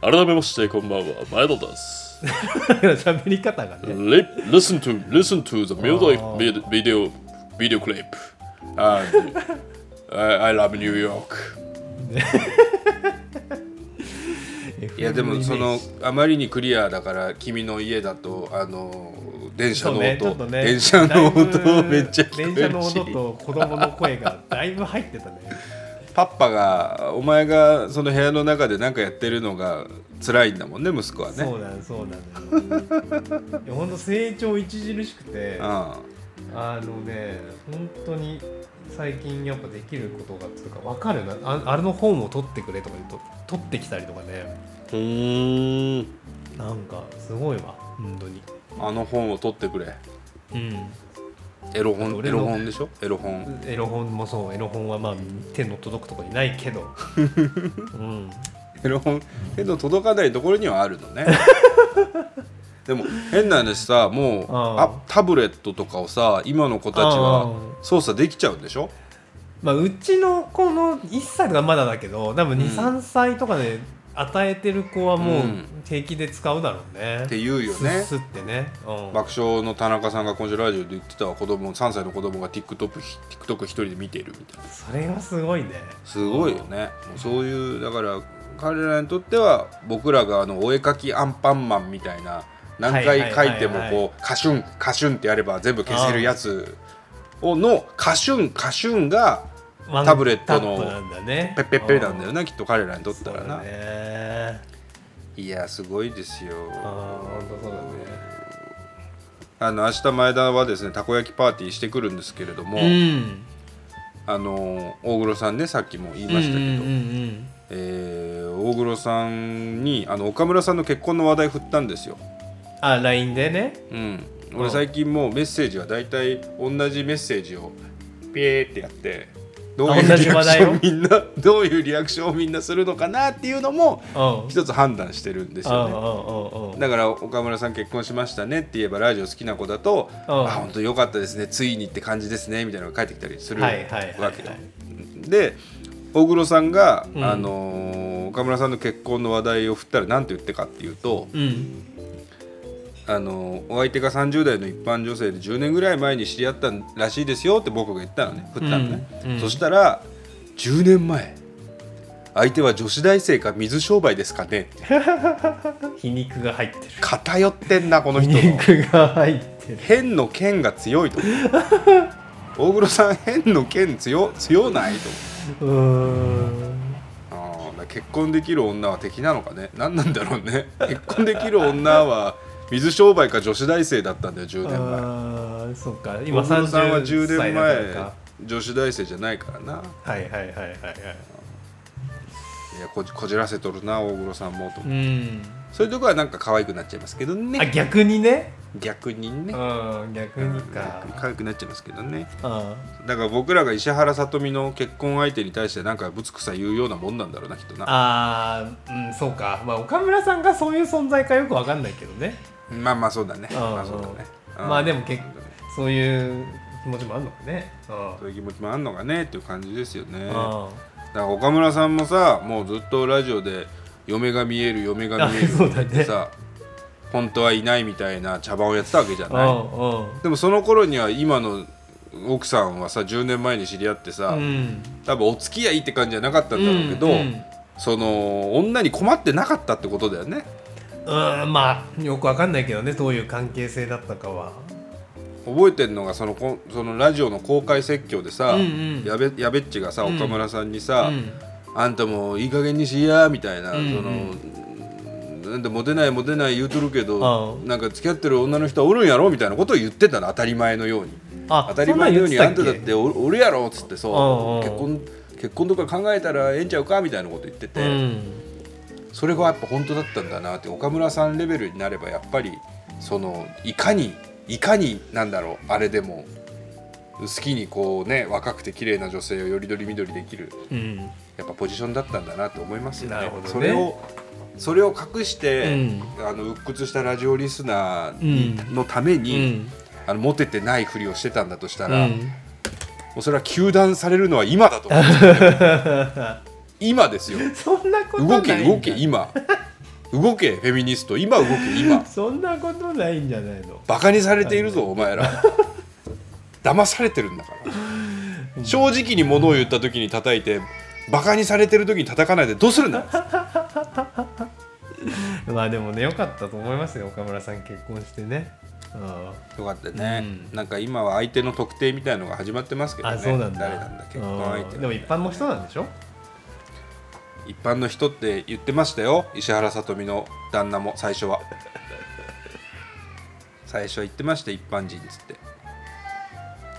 Speaker 3: 改めましてこんばんは前田です
Speaker 2: 喋り方がね
Speaker 3: Li- Listen to, listen to the music
Speaker 2: あー
Speaker 3: vid- video, video clip
Speaker 1: and I, I love New York いやでもそのあまりにクリアだから君の家だとあの電車の
Speaker 2: そうねちょっ
Speaker 1: 音、
Speaker 2: とね
Speaker 1: 電車の音めっちゃ聞こえるし
Speaker 2: 電車の音と子供の声がだいぶ入ってたね
Speaker 1: パッパがお前がその部屋の中で何かやってるのが辛いんだもんね息子はね
Speaker 2: そうなのそうなのよいやほんと成長著しくてあのね本当に最近やっぱできることがつうか分かるなああれの本を取ってくれとか言うと取ってきたりとかね
Speaker 3: うん
Speaker 2: なんかすごいわ本当に
Speaker 1: うん、あの本を取ってくれ
Speaker 2: うん
Speaker 1: エロ本エ
Speaker 2: 俺の
Speaker 1: ロ本でしょエロ本
Speaker 2: エロ本もそうエロ本はまあ手の届くところにない けどうん
Speaker 1: エロ本けど届かないところにはある のねでも変な話さもう
Speaker 2: あ
Speaker 1: あタブレットとかをさ今の子たちは操作できちゃうんでしょ
Speaker 2: まあ、うちの子の1歳とかまだだけど多分
Speaker 1: うん
Speaker 2: 23、歳とかで与えてる子はもう
Speaker 1: うん
Speaker 2: 平気で使うだろうね。
Speaker 1: って言うよね
Speaker 2: すすってね。うん
Speaker 1: 爆笑の田中さんが今週ラジオで言ってたわ子供3歳の子供が TikTok, TikTok 一人で見てるみたいな
Speaker 2: それがすごいね。
Speaker 1: すごいよねもうそういうだから彼らにとっては僕らがあのお絵描きアンパンマンみたいな何
Speaker 2: はいはい
Speaker 1: 回
Speaker 2: は
Speaker 1: 描
Speaker 2: いはい
Speaker 1: いてもこうカシュンカシュンってやれば全部消せるやつをのカシュンカシュンが
Speaker 2: ワン
Speaker 1: タブレットの
Speaker 2: タップなんだね。
Speaker 1: ペッペッペなんだよ
Speaker 2: ね。
Speaker 1: なきっと彼らにとったら
Speaker 2: そうだ
Speaker 1: な、
Speaker 2: ね。
Speaker 1: いやすごいですよ
Speaker 2: ああ、本当そうだね。
Speaker 1: あの明日前田はですねたこ焼きパーティーしてくるんですけれども、
Speaker 2: うん。
Speaker 1: あの大黒さんねさっきも言いましたけど、
Speaker 2: うんうん
Speaker 1: えー大黒さんにあの岡村さんの結婚の話題振ったんですよ、
Speaker 2: うん。あ、LINE でね。
Speaker 1: うん、
Speaker 2: う
Speaker 1: 俺
Speaker 2: ん
Speaker 1: 最近もうメッセージは大体同じメッセージをピエーってやってどういう
Speaker 2: 同じ
Speaker 1: リア
Speaker 2: 話
Speaker 1: クショ
Speaker 2: 題
Speaker 1: ン
Speaker 2: を
Speaker 1: をみんな どういうリアクションをみんなするのかなっていうのも
Speaker 2: うん。
Speaker 1: 一つ判断してるんです
Speaker 2: うんう
Speaker 1: よ
Speaker 2: ん
Speaker 1: ね
Speaker 2: うんうん。
Speaker 1: だから岡村さん結婚しましたねって言えばラジオ好きな子だと「
Speaker 2: うん
Speaker 1: あ本当良かったですねついにって感じですね」みたいなのが返ってきたりするわ
Speaker 2: はいはいはいはい
Speaker 1: けよで大黒さんが、
Speaker 2: うん
Speaker 1: あのー岡村さんの結婚の話題を振ったら何て言ってかっていうと、
Speaker 2: うん。
Speaker 1: あのーお相手が30代の一般女性で10年ぐらい前に知り合ったらしいですよって僕が言ったのね振ったのね、
Speaker 2: うんうん
Speaker 1: そしたら「10年前相手は女子大生か水商売ですかね」
Speaker 2: 皮肉が入ってる。
Speaker 1: 偏ってんなこの
Speaker 2: 皮
Speaker 1: 人の
Speaker 2: 肉が入ってる。
Speaker 1: 変の剣が強 いと思う大黒さん変の剣強強ないと
Speaker 2: うーん。
Speaker 1: 思うあーだから結婚できる女は敵なのかね何なんだろうね結婚できる女は水商売か女子大生だったんだよ10年前
Speaker 2: ああそうか今
Speaker 1: 大黒さんは10
Speaker 2: 30歳
Speaker 1: 年
Speaker 2: だから
Speaker 1: 前
Speaker 2: か
Speaker 1: 女子大生じゃないからな
Speaker 2: はいはいはいはいはい
Speaker 1: いやこじこじらせとるな大黒さんもと
Speaker 2: う
Speaker 1: 思うんそういうとこはなんか可愛くなっちゃいますけど
Speaker 2: あ
Speaker 1: ね
Speaker 2: 逆にね
Speaker 1: 逆に
Speaker 2: う
Speaker 1: ね
Speaker 2: ん逆にか
Speaker 1: 可愛くなっちゃいますけどね
Speaker 2: あ
Speaker 1: だから僕らが石原さとみの結婚相手に対してなんかぶつくさ言うようなもんなんだろうなきっとな
Speaker 2: あーうんそうかまあ岡村さんがそういう存在かよくわかんないけどね
Speaker 1: まあまあそうだね
Speaker 2: うん
Speaker 1: まあそうだね
Speaker 2: まあでも結
Speaker 1: 構
Speaker 2: そういう気持ちもあるのかねうん
Speaker 1: そういう気持ちもあんのかねっていう感じですよねだか
Speaker 2: あ
Speaker 1: ら岡村さんもさもうずっとラジオで嫁が見える嫁が見える
Speaker 2: あそうだね
Speaker 1: ってさ本当はいないみたいな茶番をやってたわけじゃ
Speaker 2: あう
Speaker 1: ない
Speaker 2: んうん
Speaker 1: でもその頃には今の奥さんはさ10年前に知り合ってさ、
Speaker 2: うん
Speaker 1: 多分お付き合いって感じじゃなかったんだろうけど、
Speaker 2: うんうん
Speaker 1: その女に困ってなかったってことだよね
Speaker 2: うんまあよくわかんないけどねどういう関係性だったかは
Speaker 1: 覚えてるのがそのこそのラジオの公開説教でさ、
Speaker 2: うんうん
Speaker 1: やべやべっちがさ
Speaker 2: うん
Speaker 1: 岡村さんに
Speaker 2: う
Speaker 1: さ「
Speaker 2: ん
Speaker 1: あんたもういい加減にしや」みたいな、
Speaker 2: うんうん
Speaker 1: そのなんでモテないモテない言うとるけど
Speaker 2: ああ
Speaker 1: なんか付き合ってる女の人はおるんやろみたいなことを言ってたの当たり前のように
Speaker 2: あ
Speaker 1: 当たり前のように
Speaker 2: そ
Speaker 1: あ
Speaker 2: んなん
Speaker 1: ん
Speaker 2: 言
Speaker 1: た
Speaker 2: っ
Speaker 1: だ
Speaker 2: てた
Speaker 1: っ
Speaker 2: っけ
Speaker 1: ておおるやろっつって
Speaker 2: あああ
Speaker 1: そ
Speaker 2: あ
Speaker 1: う結婚結婚とか考えたらええんちゃうかみたいなこと言ってて、
Speaker 2: うん
Speaker 1: それがやっぱ本当だったんだなって岡村さんレベルになればやっぱりそのいかにいかになんだろうあれでも好きにこうね若くて綺麗な女性をよりどりみどりできる
Speaker 2: うん
Speaker 1: やっぱポジションだったんだなと思いますよね。
Speaker 2: なるほどね
Speaker 1: それをそれを隠し
Speaker 2: う
Speaker 1: て、
Speaker 2: ん
Speaker 1: あの鬱屈したラジオリスナーに
Speaker 2: う
Speaker 1: のため
Speaker 2: う
Speaker 1: に、
Speaker 2: ん
Speaker 1: あのモテてないふりをしてたんだとした
Speaker 2: う
Speaker 1: ら、も
Speaker 2: ん
Speaker 1: うそれは糾弾されるのは今だと思う 今ですよ
Speaker 2: そんなこと
Speaker 1: 動
Speaker 2: ないんじゃ
Speaker 1: け
Speaker 2: ない
Speaker 1: 動け今動けフェミニスト今動け今
Speaker 2: そんなことないんじゃないの
Speaker 1: バカにされているぞお前ら騙されてるんだから正直に物を言った時に叩いてバカにされてる時に叩かないでどうするんだ
Speaker 2: まあでもね良かったと思いますよ岡村さん結婚してねうん
Speaker 1: よかったね、
Speaker 2: うん
Speaker 1: なんか今は相手の特定みたいのが始まってますけどね
Speaker 2: あそうなんだ
Speaker 1: 誰なんだ結婚相手
Speaker 2: うんでも一般の人なんでしょ
Speaker 1: 一般の人って言ってましたよ石原さとみの旦那も最初は 最初は言ってました一般人っつって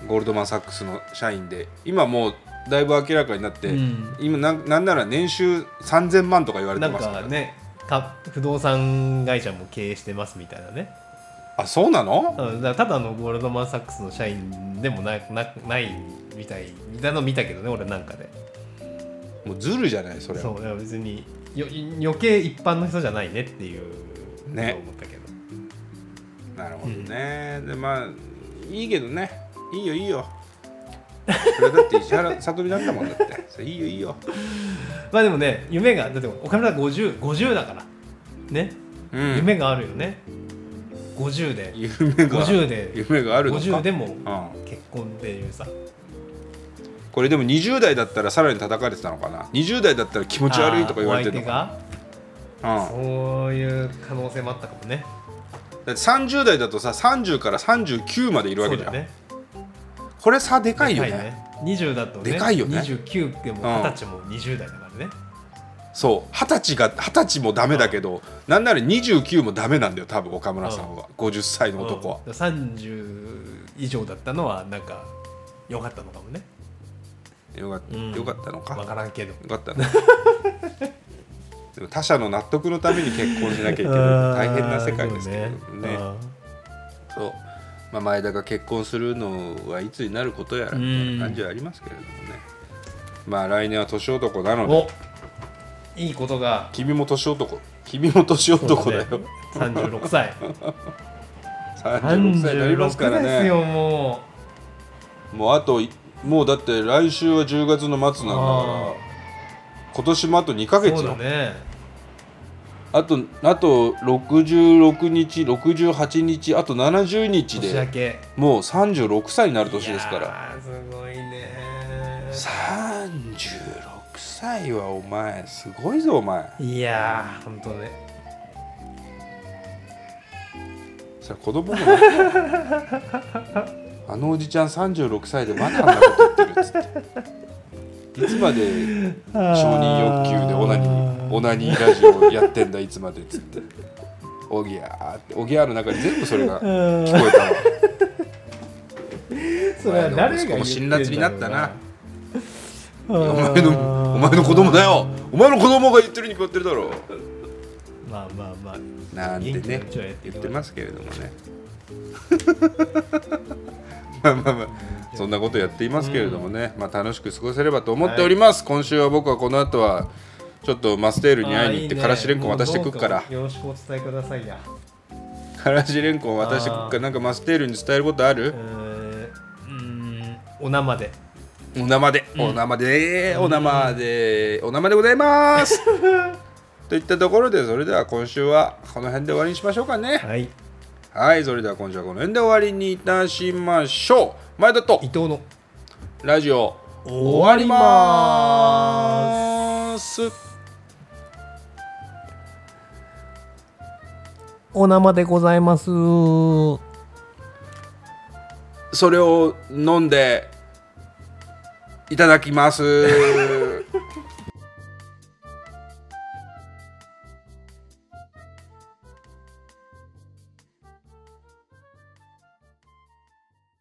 Speaker 1: ゴールドマン・サックスの社員で今もうだいぶ明らかになって、
Speaker 2: うん
Speaker 1: 今なんなんなら年収3000万とか言われて
Speaker 2: なん
Speaker 1: ますから
Speaker 2: かねた不動産会社も経営してますみたいなね
Speaker 1: あそうなの、
Speaker 2: うんだからただのゴールドマン・サックスの社員でもななないみたいなの見たけどね俺なんかで
Speaker 1: もうズルじゃないそれは
Speaker 2: そういや別によ余計一般の人じゃないねっていう
Speaker 1: ね
Speaker 2: のを思ったけど、
Speaker 1: なるほどね、でまあいいけどねいいよいいよそれだって石原さとみなんだもんだってそれいいよいいよ
Speaker 2: まあでもね夢がだって岡村5050だからね、
Speaker 1: うん
Speaker 2: 夢があるよね50で
Speaker 1: 夢が
Speaker 2: 50で
Speaker 1: 夢があるのか
Speaker 2: 50でも
Speaker 1: うん
Speaker 2: 結婚っていうさ
Speaker 1: これでも20代だったらさらに叩かれてたのかな20代だったら気持ち悪いとか言われてるのか
Speaker 2: あ
Speaker 1: な、
Speaker 2: ーお相手
Speaker 1: うん、
Speaker 2: がそういう可能性もあったかもね
Speaker 1: だって30代だとさ30から39までいるわけじゃん、
Speaker 2: そうだね
Speaker 1: これ差でかいよね
Speaker 2: でかいね20だとね
Speaker 1: でかいよね
Speaker 2: 29でも
Speaker 1: うん
Speaker 2: 20歳も20代だからね、
Speaker 1: そう二十歳が二十歳もダメだけど、なんなら29もダメなんだよ多分岡村さんは、50歳の男は、
Speaker 2: うん30以上だったのはなんか良かったのかもね
Speaker 1: よかった、
Speaker 2: うん
Speaker 1: よかったのか
Speaker 2: 分からんけど
Speaker 1: よかったな でも他者の納得のために結婚しなきゃいけない大変な世界ですけど
Speaker 2: あーそう
Speaker 1: ねそう、まあ、前田が結婚するのはいつになることやらみたいな感じはありますけれどもね、まあ来年は年男なの
Speaker 2: うん
Speaker 1: で
Speaker 2: おいいことが
Speaker 1: 君も年男君も年男だよ、
Speaker 2: 三十六歳
Speaker 1: 36歳になりますから
Speaker 2: です
Speaker 1: ね
Speaker 2: よも
Speaker 1: もうあといもうだって来週は10月の末
Speaker 2: う
Speaker 1: なんだから今年もあと2ヶ
Speaker 2: あー
Speaker 1: 月
Speaker 2: そう
Speaker 1: よ、
Speaker 2: だね
Speaker 1: あとあと66日68日あと70日
Speaker 2: 年明
Speaker 1: で
Speaker 2: け
Speaker 1: もう36歳になる年ですか
Speaker 2: い
Speaker 1: ら
Speaker 2: やーすごいね
Speaker 1: 36歳はお前すごいぞお前
Speaker 2: いやー本当ね
Speaker 1: それ子供 もなあのおじちゃん36歳でまだあんなこと言ってるっつっていつまで承認欲求でオナニーオナニーラジオやってんだいつまでっつっておぎゃーっておぎゃーの中に全部それが聞こえたわ
Speaker 2: それは誰が言ってんだろうな
Speaker 1: お前の息子も辛辣になったなお前のお前の子供だよお前の子供が言ってるに決まってるだろ
Speaker 2: まあまあまあ
Speaker 1: なんて
Speaker 2: 元気な
Speaker 1: ね
Speaker 2: うちはやってい
Speaker 1: 言
Speaker 2: か
Speaker 1: っ
Speaker 2: ない
Speaker 1: てますけれどもね まあまあまあそんなことやっていますけれどもね、まあ楽しく過ごせればと思っております、今週は僕はこの後はちょっとマステールに会いに行ってからしれんこん渡してくっから
Speaker 2: もうどうぞよろしくお伝えくださいや
Speaker 1: からしれんこん渡してくっからなんかマステールに伝えることあ
Speaker 2: え
Speaker 1: る、
Speaker 2: ーうーんお生で
Speaker 1: お生で、お生でお生でお生でございますといったところでそれでは今週はこの辺で終わりにしましょうかね
Speaker 2: はい伊
Speaker 1: はいそれでは今週はこの辺で終わりにいたしましょう前田と
Speaker 2: 藤の
Speaker 1: ラジオ終
Speaker 2: 終
Speaker 1: わ
Speaker 2: わ
Speaker 1: り
Speaker 2: り
Speaker 1: ま
Speaker 2: ま
Speaker 1: ーす。
Speaker 2: お生でございます
Speaker 1: それを飲んでいただきます。